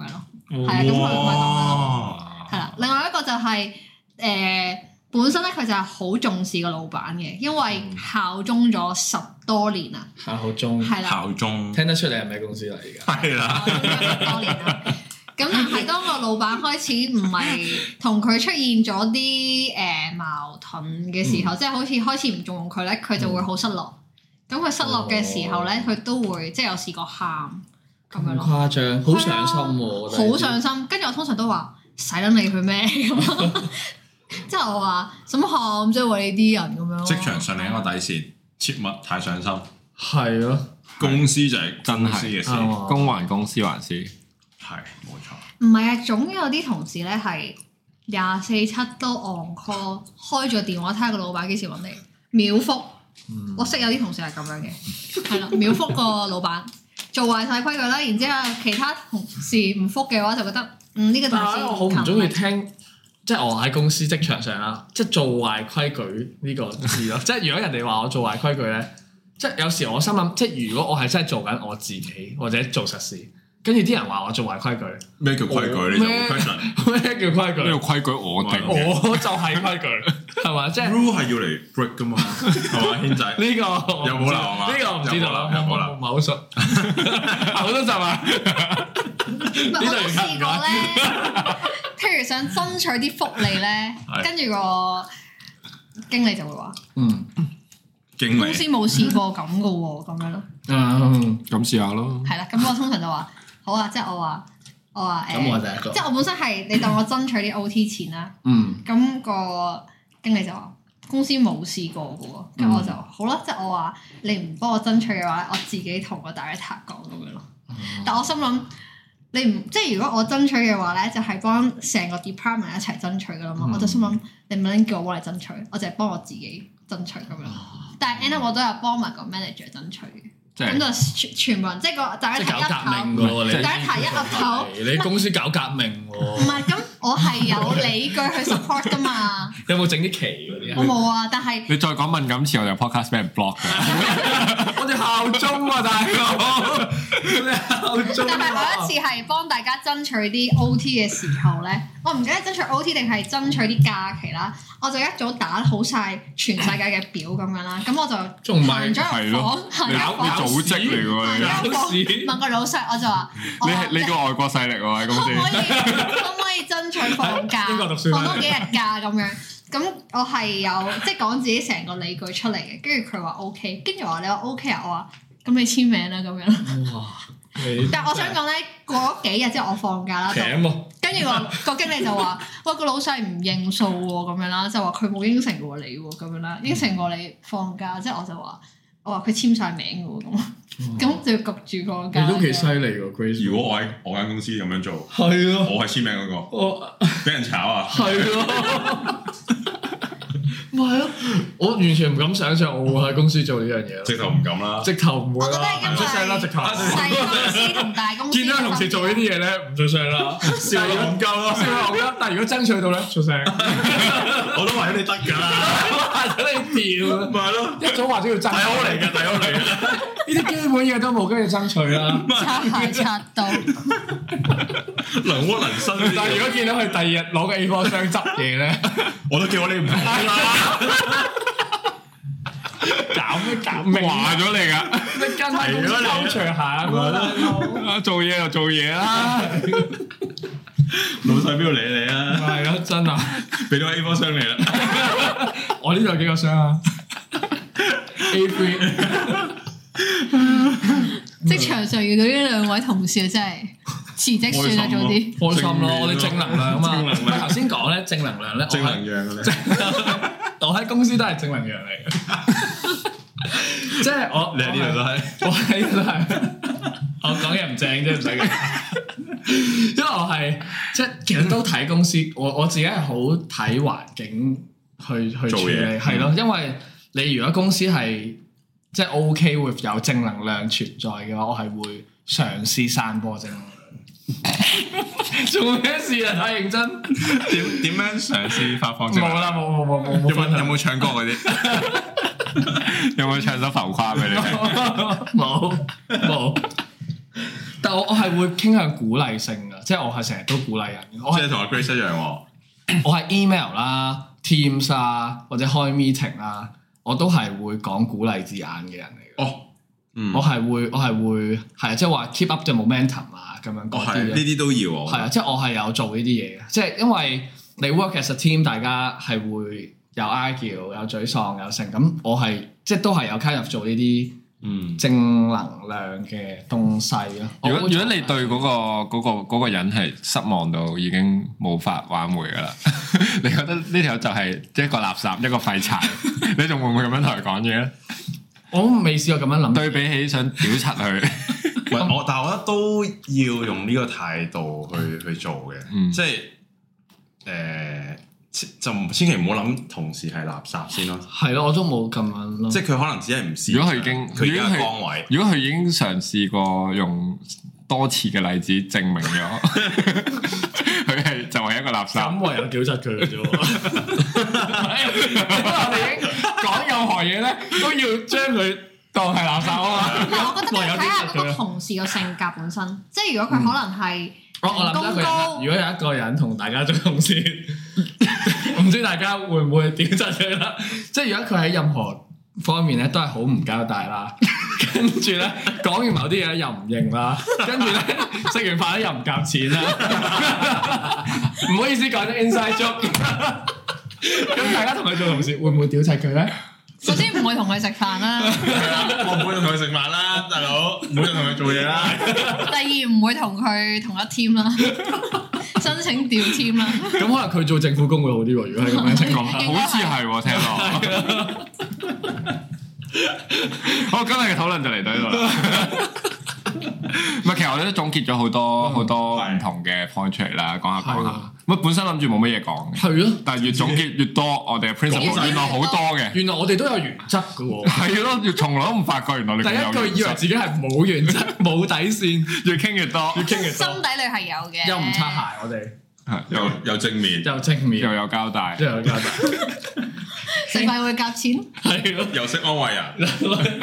Speaker 1: 樣
Speaker 4: 嗯
Speaker 1: 咯。係啊，咁佢咪咁樣咯。係啦，另外一個就係、誒、本身咧佢就係好重視個老闆嘅，因為效忠咗十多年啦，
Speaker 4: 嗯效忠，
Speaker 1: 係啦。
Speaker 3: 效忠
Speaker 4: 啊聽得出你係咩公司啦？而家
Speaker 3: 係啦，
Speaker 1: 多年啦。咁但係當個老闆開始唔係同佢出現咗啲誒矛盾嘅時候，即係好似開始唔重用佢咧，佢就會好失落。咁佢失落嘅時候咧，佢都會即係有試過喊咁樣咯，
Speaker 4: 誇張，好上心喎！我覺得
Speaker 1: 好上心。跟住我通常都話：使撚理佢咩 咁咯。即係我話：使乜喊即係為你啲人咁樣咯。
Speaker 3: 職場上另一個底線，切勿太上心。
Speaker 4: 係咯，
Speaker 3: 公司就係哦真司嘅事，
Speaker 4: 啱啊
Speaker 2: 公還公，私還私，
Speaker 3: 係冇錯。
Speaker 1: 唔係啊，總有啲同事咧係廿四七都 on call，開咗電話睇下個老闆幾時揾你，秒覆。
Speaker 4: 嗯
Speaker 1: 我識有啲同事係咁樣嘅，係啦，秒覆個老闆，做壞晒規矩啦。然之後其他同事唔覆嘅話，就覺得嗯呢、個
Speaker 4: 但
Speaker 1: 同事
Speaker 4: 係我好唔中意
Speaker 1: 勤力
Speaker 4: 聽，即係我喺公司職場上啦，即係做壞規矩呢個字咯。即 係如果人哋話我做壞規矩咧，即係有時我心諗，即係如果我係真係做緊我自己或者做實事，跟住啲人話我做壞規矩，
Speaker 3: 咩叫規
Speaker 4: 我
Speaker 3: 矩？你就
Speaker 4: 咩
Speaker 3: 會 question
Speaker 4: 咩 叫規
Speaker 2: 呢個
Speaker 4: 矩？
Speaker 2: 規矩我定
Speaker 4: 我
Speaker 2: 嘅，
Speaker 4: 就係規矩， 係嘛？即係
Speaker 3: rule 係要嚟 break 噶嘛，係嘛，軒仔？
Speaker 4: 呢個我唔知
Speaker 3: 有冇鬧啊
Speaker 4: 呢個我唔知道啦，
Speaker 3: 有冇鬧
Speaker 4: 我 冇口述，口都集啊！
Speaker 1: 唔係我都
Speaker 4: 呢度
Speaker 1: 試過咧，譬如想爭取啲福利咧，
Speaker 3: 係
Speaker 1: 跟住個經理就會話
Speaker 4: 嗯，
Speaker 3: 經
Speaker 1: 公司
Speaker 3: 理
Speaker 1: 冇試過咁噶喎，咁樣咯。嗯
Speaker 4: 咁
Speaker 2: 咁試下咯。
Speaker 1: 係啦，咁我通常就話好啊，即係我話我話誒，
Speaker 4: 我第一個
Speaker 1: 即，係我本身係你當我爭取啲 OT 錢啦，
Speaker 4: 嗯，
Speaker 1: 咁個經理就話公司冇試過嘅喎，
Speaker 4: 嗯
Speaker 1: 跟住我就好啦，即係我話你唔幫我爭取嘅話，我自己同個 director 講咁樣咯。
Speaker 4: 嗯
Speaker 1: 但我心諗你唔即係如果我爭取嘅話咧，就係幫成個 department 一齊爭取嘅啦
Speaker 4: 嗯
Speaker 1: 嘛，我就心諗你唔撚叫我幫你爭取，我就係幫我自己爭取咁樣。
Speaker 4: 啊
Speaker 1: 但係 end up 我都有幫埋個 manager 爭取嘅，
Speaker 2: 即
Speaker 1: 咁
Speaker 2: 係
Speaker 1: 就全全部人即係個
Speaker 4: 即
Speaker 1: director
Speaker 4: 係搞革
Speaker 1: 一
Speaker 4: 命
Speaker 1: 頭，
Speaker 4: 嘅喎，你
Speaker 1: director 一岌頭。
Speaker 4: 你公司搞革命
Speaker 1: 唔
Speaker 4: 喎，
Speaker 1: 係咁，我係有理據去 support 噶 嘛，
Speaker 4: 有冇整啲旗嗰啲
Speaker 1: 我
Speaker 4: 啊？
Speaker 1: 冇啊，但係。
Speaker 2: 你再講敏感詞，我哋 podcast 俾人 block 嘅。
Speaker 4: 我哋效忠啊，大佬，
Speaker 1: 但係
Speaker 4: 我哋效忠啊！
Speaker 1: 我一次係幫大家爭取啲 OT 嘅時候咧，我唔記得爭取 OT 定係爭取啲假期啦，我就一早打好晒全世界嘅表咁樣啦，咁我就
Speaker 4: 仲唔
Speaker 1: 行
Speaker 4: 係
Speaker 1: 咗
Speaker 2: 係
Speaker 1: 入房
Speaker 2: 咯，
Speaker 1: 行
Speaker 2: 你
Speaker 1: 咗入
Speaker 2: 你
Speaker 1: 房，
Speaker 2: 組織嚟喎，
Speaker 1: 行咗
Speaker 2: 你
Speaker 1: 入
Speaker 4: 搞
Speaker 1: 房
Speaker 4: 事
Speaker 1: 問個老細，我就話：我
Speaker 2: 你係你個外國勢力喎喺公
Speaker 1: 可唔可
Speaker 2: 司
Speaker 1: 以。 可唔可以爭取放假，
Speaker 4: 英國讀書
Speaker 1: 放多幾日假咁樣？咁我係有即係講自己成個理據出嚟嘅，跟住佢話 O K，跟住我話你話 O K 啊，我話咁你簽名啦咁樣。
Speaker 4: 哇，你啊
Speaker 1: 但係我想講咧，過咗幾日之後我放假啦，就
Speaker 4: 頸喎，
Speaker 1: 跟住 個個經理就話：喂個老細唔認數喎咁樣啦，就話佢冇應承過你喎咁樣
Speaker 4: 嗯
Speaker 1: 啦，應承過你放假，即係我就話我話佢簽晒名嘅喎咁，咁就要焗住放假。
Speaker 4: 嗯你都幾犀利喎，Grace。
Speaker 3: 如果我喺我間公司咁樣做，
Speaker 4: 係啊咯，
Speaker 3: 我係簽名嗰
Speaker 4: 我。
Speaker 3: 個，俾人炒啊！
Speaker 4: 係咯，咪係啊咯，我完全唔敢想象我會喺公司做呢樣嘢咯，
Speaker 3: 直頭唔敢啦，
Speaker 4: 直頭唔會
Speaker 1: 我覺得
Speaker 4: 啦
Speaker 1: 係，因為
Speaker 4: 唔出聲啦，直頭
Speaker 1: 細公司同大公司
Speaker 4: 見到有同事做呢啲嘢咧，唔出聲啦， 笑到啊戇鳩咯，笑到戇鳩。但係如果爭取到咧，出聲，
Speaker 3: 我都話咗你得㗎啦，
Speaker 4: 真你屌啊！
Speaker 3: 咪係咯，
Speaker 4: 一早話咗要爭
Speaker 3: 大佬嚟
Speaker 4: 取，
Speaker 3: 㗎，大佬嚟㗎，
Speaker 4: 呢啲基本嘢都冇，跟住爭取啦。
Speaker 1: 擦鞋擦 到，
Speaker 3: 能屈能伸呢
Speaker 4: 但係如
Speaker 3: 啲。
Speaker 4: 果見到佢第二日攞個 A4 箱執嘢咧，
Speaker 3: 我都叫我你唔好啦，
Speaker 4: 搞咩搞 咩？
Speaker 2: 話咗你㗎。
Speaker 4: 你啊跟喺公司抽除下咁啦，
Speaker 2: 啊做嘢就做嘢啦，
Speaker 3: 老細邊度理你啊？
Speaker 4: 係咯，真啊！
Speaker 3: 俾到 A 波箱你啊啦，
Speaker 4: 我呢度有幾個箱啊 ？A three
Speaker 1: 職場上遇到呢兩位同事啊真係辭職
Speaker 4: 啊
Speaker 1: 算啦，
Speaker 3: 開心
Speaker 1: 早
Speaker 3: 咯
Speaker 1: 啲。
Speaker 4: 開心咯，我哋正能量啊嘛。
Speaker 3: 正能量
Speaker 4: 唔係頭先講咧，正能量咧，我
Speaker 3: 正
Speaker 4: 喺
Speaker 3: 能量啊嘅咧，
Speaker 4: 我喺公司都係正能量 嚟嘅，即係我
Speaker 3: 你喺呢度都係。
Speaker 4: 我喺度係，我講嘢唔正啫，唔使嘅。因為我係即係其實都睇公司，我我自己係好睇環境去去
Speaker 3: 做
Speaker 4: 處
Speaker 3: 嘢
Speaker 4: 理，係咯。因為你如果公司係即係 OK with 有正能量存在嘅話，我係會嘗試散播正能量。 做咩事啊？太認真，
Speaker 3: 點點樣嘗試發放正能
Speaker 4: 冇
Speaker 3: 量？
Speaker 4: 啦，冇冇冇冇
Speaker 3: 有冇
Speaker 4: 冇
Speaker 3: 啊
Speaker 4: 分
Speaker 3: 有
Speaker 4: 享，
Speaker 3: 冇唱歌嗰啲？
Speaker 2: 有冇唱首浮誇俾你聽？
Speaker 4: 冇冇。但我我係會傾向鼓勵性嘅，即係我係成日都鼓勵人嘅，我係
Speaker 3: 即係同阿 Grace 一樣喎，
Speaker 4: 我係 email 啦、 Teams 啊，或者開 meeting 啊，我都係會講鼓勵字眼嘅人嚟嘅。
Speaker 3: 哦，嗯，
Speaker 4: 我
Speaker 3: 哦
Speaker 4: 係會，我係會，係啊即係話 keep up the momentum 啊，咁樣嗰
Speaker 3: 哦係
Speaker 4: 啲
Speaker 3: 呢
Speaker 4: 嘢。
Speaker 3: 啲都要我
Speaker 4: 係啊，即係我係有做呢啲嘢嘅，即係因為你 work as a team，大家係會有 argue、有沮喪、有成咁，我係即係都係有 kind of 做呢啲
Speaker 3: 嗯
Speaker 4: 正能量嘅東西咯。
Speaker 2: 如
Speaker 4: 我
Speaker 2: 果
Speaker 4: 會
Speaker 2: 如
Speaker 4: 做
Speaker 2: 果你對嗰、個嗰、個嗰個人係失望到已經冇法挽回噶啦， 你覺得呢條友就係一個垃圾一個廢柴，你仲會唔會咁樣同佢講嘢咧？
Speaker 4: 我未試過咁樣諗。
Speaker 2: 對比起想屌柒佢，
Speaker 3: 唔係我，但係我覺得都要用呢個態度去去做嘅，
Speaker 2: 嗯
Speaker 3: 即係誒、呃千就唔千祈唔好諗同事係垃圾先咯，
Speaker 4: 係咯，我都冇咁樣咯。
Speaker 3: 即係佢可能只係唔試。
Speaker 2: 如果佢已經
Speaker 3: 嗯佢而
Speaker 2: 如
Speaker 3: 家
Speaker 2: 果
Speaker 3: 嘅
Speaker 2: 佢
Speaker 3: 崗位，
Speaker 2: 如果佢已經嘗試過用多次嘅例子證明咗， 佢係就係一個垃圾。
Speaker 4: 咁我又屌窒佢嘅啫喎，我哋已經 講任何嘢咧，都要將佢當係垃圾啊
Speaker 1: 唔
Speaker 4: 嘛
Speaker 1: 係，。我覺得
Speaker 4: 有
Speaker 1: 要
Speaker 4: 啲
Speaker 1: 睇下
Speaker 4: 窒
Speaker 1: 嗰
Speaker 4: 佢
Speaker 1: 個
Speaker 4: 啊
Speaker 1: 同事個性格本身，即係
Speaker 4: 嗯
Speaker 1: 如果佢可能係
Speaker 4: 哦我我諗得一個人啦，如果有一個人同大家做同事， 唔知大家會唔會屌窒佢啦？即係如果佢喺任何方面咧都係好唔交代啦，跟住咧講完某啲嘢咧又唔認啦，跟住咧食完飯咧又唔夾錢啦， 唔好意思講咗 inside joke。咁大家同佢做同事會唔會屌窒佢咧？
Speaker 1: 首先唔會同佢食飯 啦，
Speaker 3: 我唔會同佢食飯啦，大佬，唔會同佢做嘢啦。
Speaker 1: 第二唔會同佢同一 team 啦，申請調 team 啦。
Speaker 4: 咁可能佢做政府工會好啲喎，如果係咁樣情況下。
Speaker 1: 應該係
Speaker 2: 好似係喎，聽落。 好，今日嘅討論就嚟到呢度啦。 唔係，其實我哋都總結咗好多好多唔同嘅 point 出嚟啦，講下講
Speaker 4: 嗯係
Speaker 2: 下
Speaker 4: 啊。
Speaker 2: 咁本身諗住冇乜嘢講嘅，
Speaker 4: 係咯，
Speaker 2: 但係越總結越多，我哋嘅 principle 原來好多嘅。
Speaker 4: 原來我哋都有原則嘅喎。
Speaker 2: 係咯，越從來都唔發覺，原來你
Speaker 4: 第
Speaker 2: 咁有
Speaker 4: 一句以
Speaker 2: 原
Speaker 4: 為
Speaker 2: 則
Speaker 4: 自己係冇原則、冇底線，
Speaker 2: 越傾越多，
Speaker 4: 越傾越
Speaker 1: 心
Speaker 4: 多，
Speaker 1: 底裏係有嘅，
Speaker 4: 又唔擦鞋，我哋
Speaker 2: 係
Speaker 3: 又又正面，
Speaker 4: 又正
Speaker 2: 又
Speaker 4: 面，
Speaker 2: 有交代。
Speaker 4: 又有交代，
Speaker 1: 食飯會夾錢。
Speaker 4: 係咯，
Speaker 3: 又識安慰人。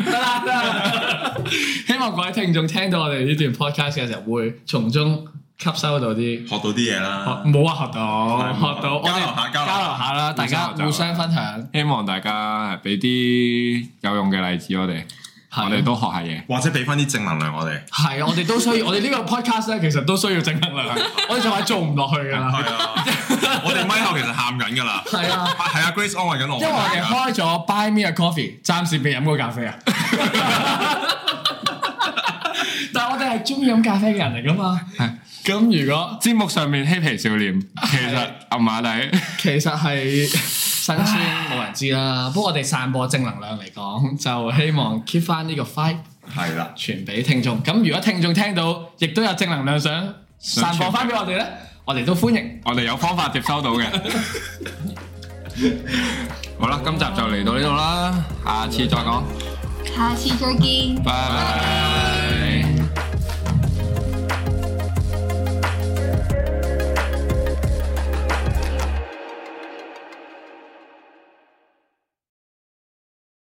Speaker 4: 得啦得啦。希望各位聽眾聽到我哋呢段 podcast 嘅時候，會從中吸收到啲。
Speaker 3: 學到啲嘢
Speaker 4: 學
Speaker 3: 啦，
Speaker 4: 冇啊，學到
Speaker 3: 係
Speaker 4: 學到，我哋
Speaker 3: 交流下交流下
Speaker 4: 交流下啦，大家
Speaker 2: 互相學習
Speaker 4: 互相分享，
Speaker 2: 希望大家俾啲有用嘅例子我哋，我哋都學下嘢。
Speaker 3: 或者俾翻啲正能量我哋。
Speaker 4: 係啊，我哋都需要，我哋呢個 podcast 咧，其實都需要正能量，我哋就係做唔落去㗎啦，
Speaker 3: 係啊， 我哋咪後其實喊緊㗎啦。
Speaker 4: 係啊。
Speaker 3: 係啊，Grace 安慰緊我。
Speaker 4: 因為我哋開咗 Buy Me a Coffee，暫時未飲過咖啡啊。但係我哋係中意飲咖啡嘅人嚟噶嘛。咁如果
Speaker 2: 節目上面嬉皮笑臉，其實暗馬底。
Speaker 4: 其實係新鮮，冇人知啦。不過我哋散播正能量嚟講，就希望 keep 翻呢個 fight
Speaker 3: 係啦，
Speaker 4: 傳俾聽眾。咁如果聽眾聽到，亦都有正能量想
Speaker 2: 想
Speaker 4: 散播翻俾我哋咧，我哋都歡迎。
Speaker 2: 我哋有方法接收到嘅。好啦，今集就嚟到呢度啦，下次再講，
Speaker 1: 下次再見。
Speaker 2: 拜拜。